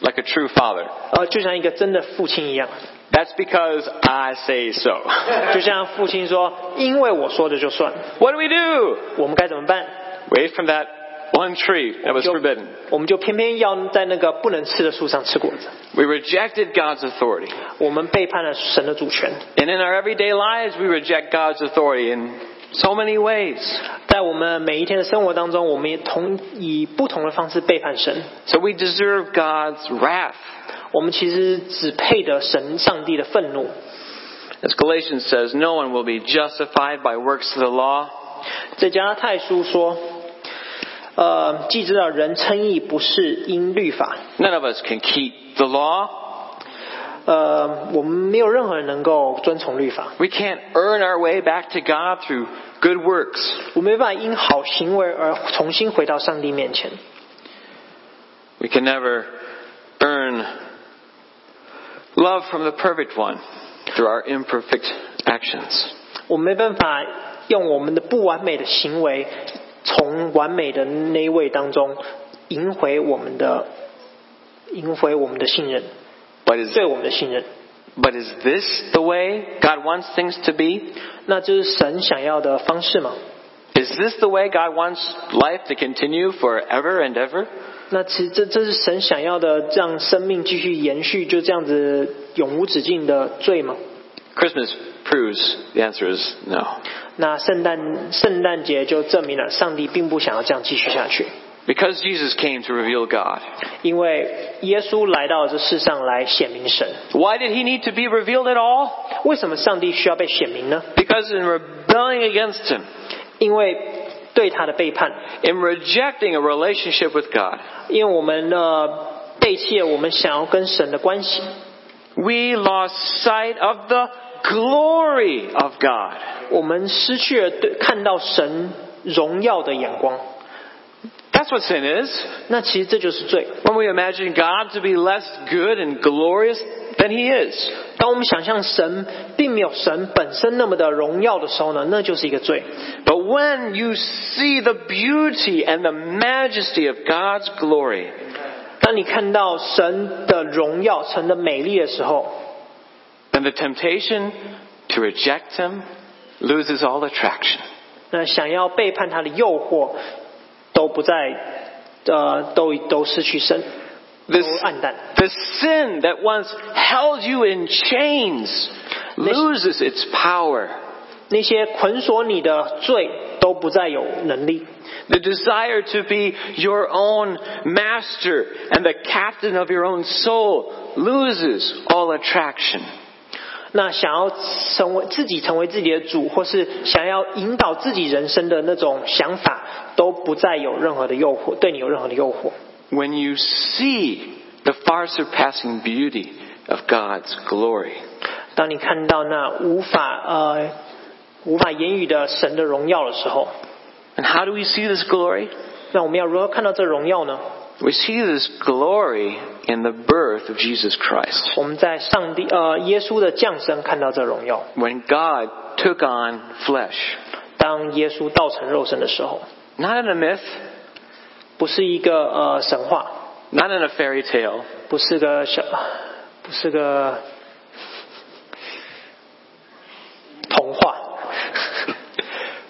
[SPEAKER 2] like a true father,
[SPEAKER 3] 呃，就像一个真的父亲一样，
[SPEAKER 2] that's because I say so.
[SPEAKER 3] 就像父亲说：因为我说的就算。
[SPEAKER 2] What do we do?
[SPEAKER 3] 我们该怎么办？
[SPEAKER 2] Wait from that one tree that was
[SPEAKER 3] 就
[SPEAKER 2] forbidden.
[SPEAKER 3] 我们就偏偏要在那个不能吃的树上吃果子。
[SPEAKER 2] We rejected God's authority.
[SPEAKER 3] 我们背叛了神的主权。”
[SPEAKER 2] And in our everyday lives, we reject God's authority in so many ways.
[SPEAKER 3] 在我们每一天的生活当中，我们也同以不同的方式背叛神。
[SPEAKER 2] So we deserve God's wrath.
[SPEAKER 3] 我们其实只配得神上帝的愤怒。
[SPEAKER 2] As Galatians says, no one will be justified by works of the law.
[SPEAKER 3] 在加拉太书说，呃，既知道人称义不是因律法，
[SPEAKER 2] None of us can keep the law.
[SPEAKER 3] 呃，我们没有任何人能够遵从律法，
[SPEAKER 2] We can't earn our way back to God through good works.
[SPEAKER 3] 我们没办法因好行为而重新回到上帝面前。
[SPEAKER 2] We can never earn love from the perfect one through our imperfect actions.
[SPEAKER 3] 我们没办法用我们的不完美的行为，从完美的那一位当中赢回我们的，赢回我们的信任，
[SPEAKER 2] But is,
[SPEAKER 3] 对我们的信任。
[SPEAKER 2] but is this the way God wants things to be?
[SPEAKER 3] 那这是神想要的方式吗？
[SPEAKER 2] Is this the way God wants life to continue forever and ever?
[SPEAKER 3] 那其实这这是神想要的，让生命继续延续，就这样子永无止境的罪吗？
[SPEAKER 2] Christmas proves the answer is no.
[SPEAKER 3] 那圣诞圣诞节就证明了上帝并不想要这样继续下去。
[SPEAKER 2] Because Jesus came to reveal God.
[SPEAKER 3] 因为耶稣来到这世上来显明神。
[SPEAKER 2] Why did he need to be revealed at all?
[SPEAKER 3] 为什么上帝需要被显明呢？
[SPEAKER 2] Because in rebelling against him,
[SPEAKER 3] 因为对他的背叛，
[SPEAKER 2] in rejecting a relationship with God,
[SPEAKER 3] 因为我们呃背弃了我们想要跟神的关系，
[SPEAKER 2] we lost sight of the glory of God.
[SPEAKER 3] 我们失去了对看到神荣耀的眼光。
[SPEAKER 2] That's what sin is.
[SPEAKER 3] 那其实这就是罪。
[SPEAKER 2] When we imagine God to be less good and glorious than he is.
[SPEAKER 3] 当我们想象神并没有神本身那么的荣耀的时候呢，那就是一个罪。
[SPEAKER 2] But when you see the beauty and the majesty of God's glory,
[SPEAKER 3] 当你看到神的荣耀、神的美丽的时候，
[SPEAKER 2] then the temptation to reject him loses all attraction.
[SPEAKER 3] 那想要背叛他的诱惑都不再，呃，都都失去神，都
[SPEAKER 2] This,
[SPEAKER 3] 暗淡。
[SPEAKER 2] the sin that once held you in chains loses its power.
[SPEAKER 3] 那些捆锁你的罪都不再有能力，
[SPEAKER 2] The desire to be your own master and the captain of your own soul loses all attraction.
[SPEAKER 3] 那想要成为自己成为自己的主，或是想要引导自己人生的那种想法，都不再有任何的诱惑，对你有任何的诱惑。
[SPEAKER 2] When you see the far surpassing beauty of God's glory,
[SPEAKER 3] 当你看到那无法呃无法言语的神的荣耀的时候，
[SPEAKER 2] and how do we see this glory?
[SPEAKER 3] 那我们要如何看到这荣耀呢？
[SPEAKER 2] We see this glory in the birth of Jesus Christ.
[SPEAKER 3] 我们在上帝呃耶稣的降生看到这荣耀，
[SPEAKER 2] When God took on flesh,
[SPEAKER 3] 当耶稣道成肉身的时候，
[SPEAKER 2] not in a myth,
[SPEAKER 3] 不是一个呃神话，
[SPEAKER 2] not in a fairy tale,
[SPEAKER 3] 不是个小，不是个童话，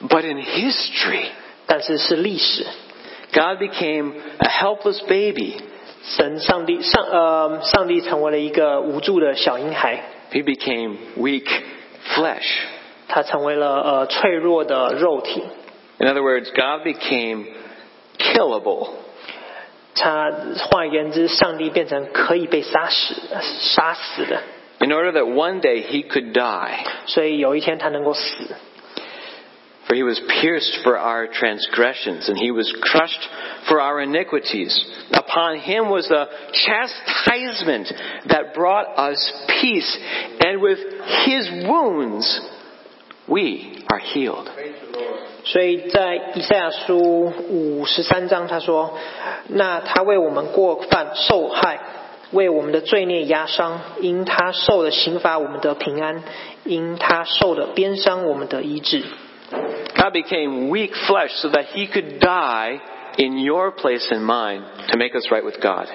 [SPEAKER 2] but in history.
[SPEAKER 3] 但是是历史。
[SPEAKER 2] God became a helpless baby.
[SPEAKER 3] 神上帝上呃，上帝成为了一个无助的小婴孩，
[SPEAKER 2] He became weak flesh.
[SPEAKER 3] 他成为了呃脆弱的肉体，
[SPEAKER 2] In other words, God became killable.
[SPEAKER 3] 他换言之，上帝变成可以被杀死、杀死的，
[SPEAKER 2] In order that one day he could die,
[SPEAKER 3] 所以有一天他能够死，
[SPEAKER 2] for he was pierced for our transgressions, and he was crushed for our iniquities. Upon him was the chastisement that brought us peace, and with his wounds we are healed.
[SPEAKER 3] 所以在以赛亚书五十三章，他说：“那他为我们过犯受害，为我们的罪孽压伤，因他受的刑罚，我们得平安；因他受的鞭伤，我们得医治。
[SPEAKER 2] God became weak flesh so that he could die in your place and mine to make us right with God. ”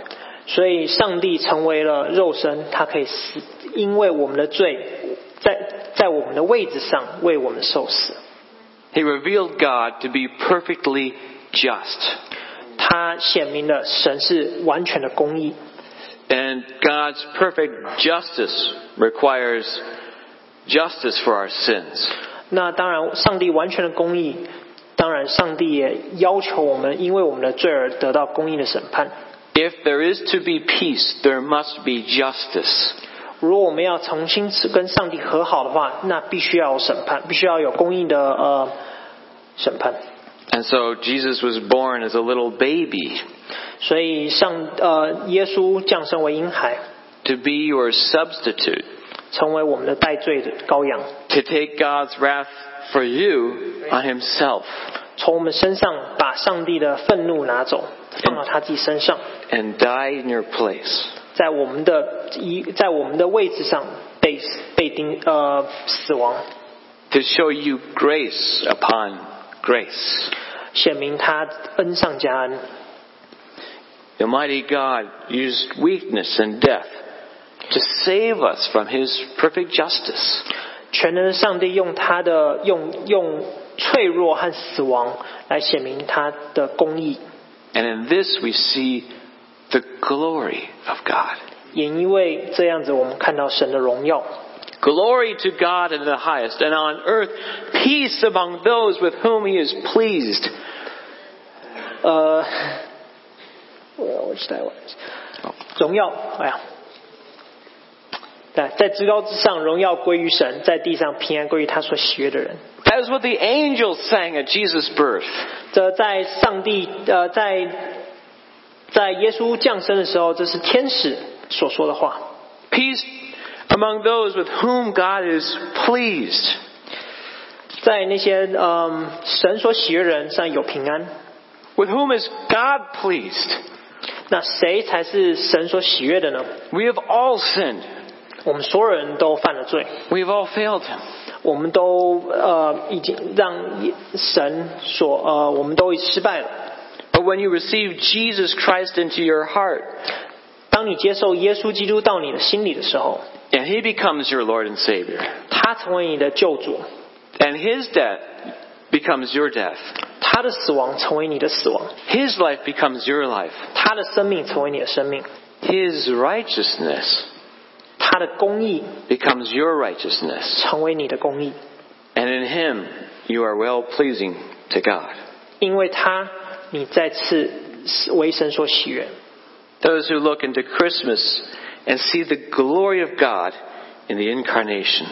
[SPEAKER 3] 所以，上帝成为了肉身，他可以死，因为我们的罪在在我们的位置上为我们受死。
[SPEAKER 2] He revealed God to be perfectly just.
[SPEAKER 3] 他显明了神是完全的公义，
[SPEAKER 2] And God's perfect justice requires justice for our sins.
[SPEAKER 3] 那当然，上帝完全的公义，当然，上帝也要求我们因为我们的罪而得到公义的审判。
[SPEAKER 2] If there is to be peace, there must be justice.
[SPEAKER 3] 如果我们要重新跟上帝和好的话，那必须要有审判，必须要有公义的呃审判。
[SPEAKER 2] And so Jesus was born as a little baby
[SPEAKER 3] 所以上呃，耶稣降生为婴孩，
[SPEAKER 2] to be your substitute,
[SPEAKER 3] 成为我们的代罪的羔羊，
[SPEAKER 2] to take God's wrath for you on himself.
[SPEAKER 3] 从我们身上把上帝的愤怒拿走，放到他自己身上，
[SPEAKER 2] and die in your place.
[SPEAKER 3] 在我们的一在我们的位置上被被钉呃死亡。
[SPEAKER 2] To show you grace upon grace.
[SPEAKER 3] 显明他恩上加恩。
[SPEAKER 2] The Almighty God used weakness and death to save us from His perfect justice.
[SPEAKER 3] 全能的上帝用他的用用脆弱和死亡来显明他的公义，
[SPEAKER 2] And in this we see the glory of God.
[SPEAKER 3] 也因为这样子，我们看到神的荣耀。
[SPEAKER 2] Glory to God in the highest, and on earth peace among those with whom He is pleased.
[SPEAKER 3] 呃，我我实在忘记，荣耀，哎呀，在在至高之上，荣耀归于神；在地上，平安归于他所喜悦的人。
[SPEAKER 2] That is what the angels sang at Jesus' birth.
[SPEAKER 3] 这在上帝呃，在在耶稣降生的时候，这是天使所说的话。
[SPEAKER 2] Peace among those with whom God is pleased.
[SPEAKER 3] 在那些嗯、神所喜悦的人上有平安。
[SPEAKER 2] With whom is God pleased?
[SPEAKER 3] 那谁才是神所喜悦的呢？
[SPEAKER 2] We have all sinned.
[SPEAKER 3] 我们所有人都犯了罪，
[SPEAKER 2] We have all failed Him.
[SPEAKER 3] 我们都呃已经让神所呃我们都失败了。
[SPEAKER 2] But when you receive Jesus Christ into your heart,
[SPEAKER 3] 当你接受耶稣基督到你的心里的时候，
[SPEAKER 2] and He becomes your Lord and Savior,
[SPEAKER 3] 他成为你的救主，
[SPEAKER 2] and His death becomes your death,
[SPEAKER 3] 他的死亡成为你的死亡，
[SPEAKER 2] His life becomes your life,
[SPEAKER 3] 他的生命成为你的生命，
[SPEAKER 2] His righteousness
[SPEAKER 3] 他的公义
[SPEAKER 2] becomes your righteousness,
[SPEAKER 3] 成为你的公义，
[SPEAKER 2] and in Him you are well pleasing to God.
[SPEAKER 3] 因为他你再次为神所喜悦。
[SPEAKER 2] Those who look into Christmas and see the glory of God in the incarnation.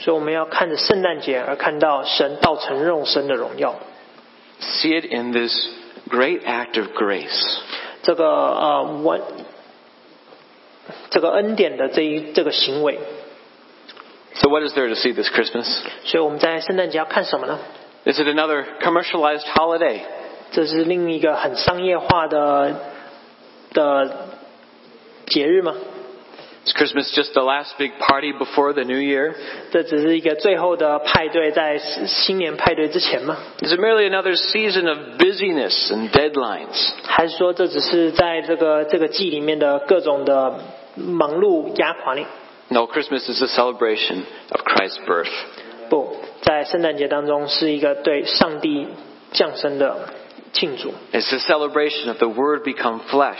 [SPEAKER 3] 所以我们要看着圣诞节而看到神道成肉身的荣耀。
[SPEAKER 2] See it in this great act of grace.
[SPEAKER 3] 这个呃我这个恩典的这一这个行为，
[SPEAKER 2] So, what is there to see this Christmas?
[SPEAKER 3] 所以我们在圣诞节要看什么呢？
[SPEAKER 2] Is it another commercialized holiday?
[SPEAKER 3] 这是另一个很商业化的的节日吗？
[SPEAKER 2] Is Christmas just the last big party before the new year?
[SPEAKER 3] 这只是一个最后的派对，在新年派对之前吗？
[SPEAKER 2] Is it merely another season of busyness and deadlines?
[SPEAKER 3] 还是说这只是在这个这个季里面的各种的忙碌压垮你？
[SPEAKER 2] No, Christmas is a celebration of Christ's birth.
[SPEAKER 3] 不，在圣诞节当中是一个对上帝降生的庆祝。
[SPEAKER 2] It's a celebration of the Word become flesh.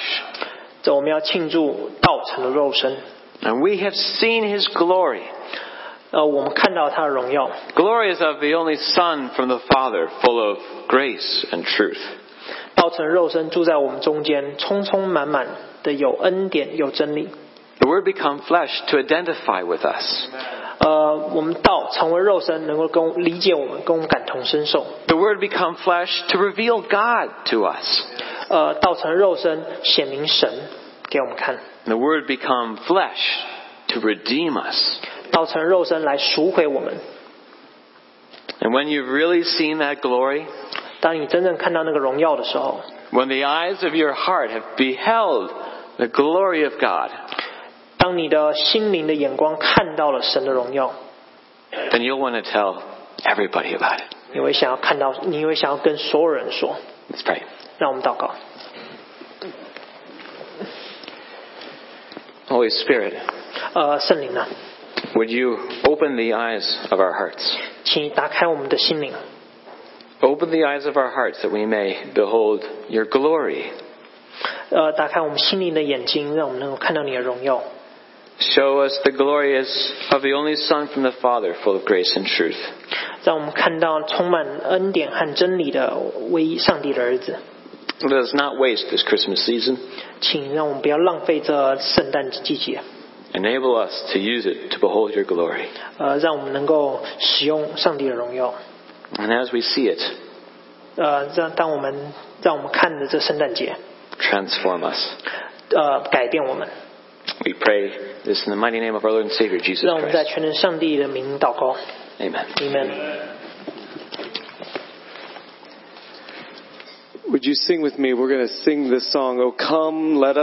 [SPEAKER 3] 这我们要庆祝道成的肉身，
[SPEAKER 2] And we have seen His glory.
[SPEAKER 3] 呃，我们看到他的荣耀，
[SPEAKER 2] Glory is of the only Son from the Father, full of grace and truth.
[SPEAKER 3] 道成肉身住在我们中间，充充满满的有恩典，有真理。
[SPEAKER 2] The Word become flesh to identify with us.
[SPEAKER 3] 呃，我们道成为肉身，能够跟我理解我们，跟我们感同身受。
[SPEAKER 2] The Word become flesh to reveal God to us.
[SPEAKER 3] 呃，道成肉身，显明神给我们看，
[SPEAKER 2] The Word become flesh to redeem us.
[SPEAKER 3] 道成肉身来赎回我们。
[SPEAKER 2] And when you've really seen that glory,
[SPEAKER 3] 当你真正看到那个荣耀的时候，
[SPEAKER 2] when the eyes of your heart have beheld the glory of God,
[SPEAKER 3] 当你的心灵的眼光看到了神的荣耀，
[SPEAKER 2] then you'll want to tell everybody about it.
[SPEAKER 3] 你会想要看到，你会想要跟所有人说。
[SPEAKER 2] Let's pray.
[SPEAKER 3] 让我们祷告，
[SPEAKER 2] Holy Spirit,
[SPEAKER 3] 呃，圣灵啊，
[SPEAKER 2] would you open the eyes of our hearts?
[SPEAKER 3] 请打开我们的心灵，
[SPEAKER 2] Open the eyes of our hearts that we may behold your glory.
[SPEAKER 3] 呃，打开我们心灵的眼睛，让我们能够看到你的荣耀。
[SPEAKER 2] Show us the glory as of the only Son from the Father, full of grace and truth.
[SPEAKER 3] 让我们看到充满恩典和真理的唯一上帝的儿子。
[SPEAKER 2] Let us not waste this Christmas season.
[SPEAKER 3] 请让我们不要浪费这圣诞季节，
[SPEAKER 2] Enable us to use it to behold your glory.
[SPEAKER 3] 呃，让我们能够使用上帝的荣耀，
[SPEAKER 2] And as we see it,
[SPEAKER 3] 呃，让当我们让我们看着这圣诞节，
[SPEAKER 2] transform us.
[SPEAKER 3] 呃，改变我们。
[SPEAKER 2] We pray this in the mighty name of our Lord and Savior, Jesus
[SPEAKER 3] 让我们在
[SPEAKER 2] Christ.
[SPEAKER 3] 全能上帝的名祷告
[SPEAKER 2] Amen.
[SPEAKER 3] ，Amen。
[SPEAKER 4] Would you sing with me? We're going to sing this song, Oh Come, Let Us.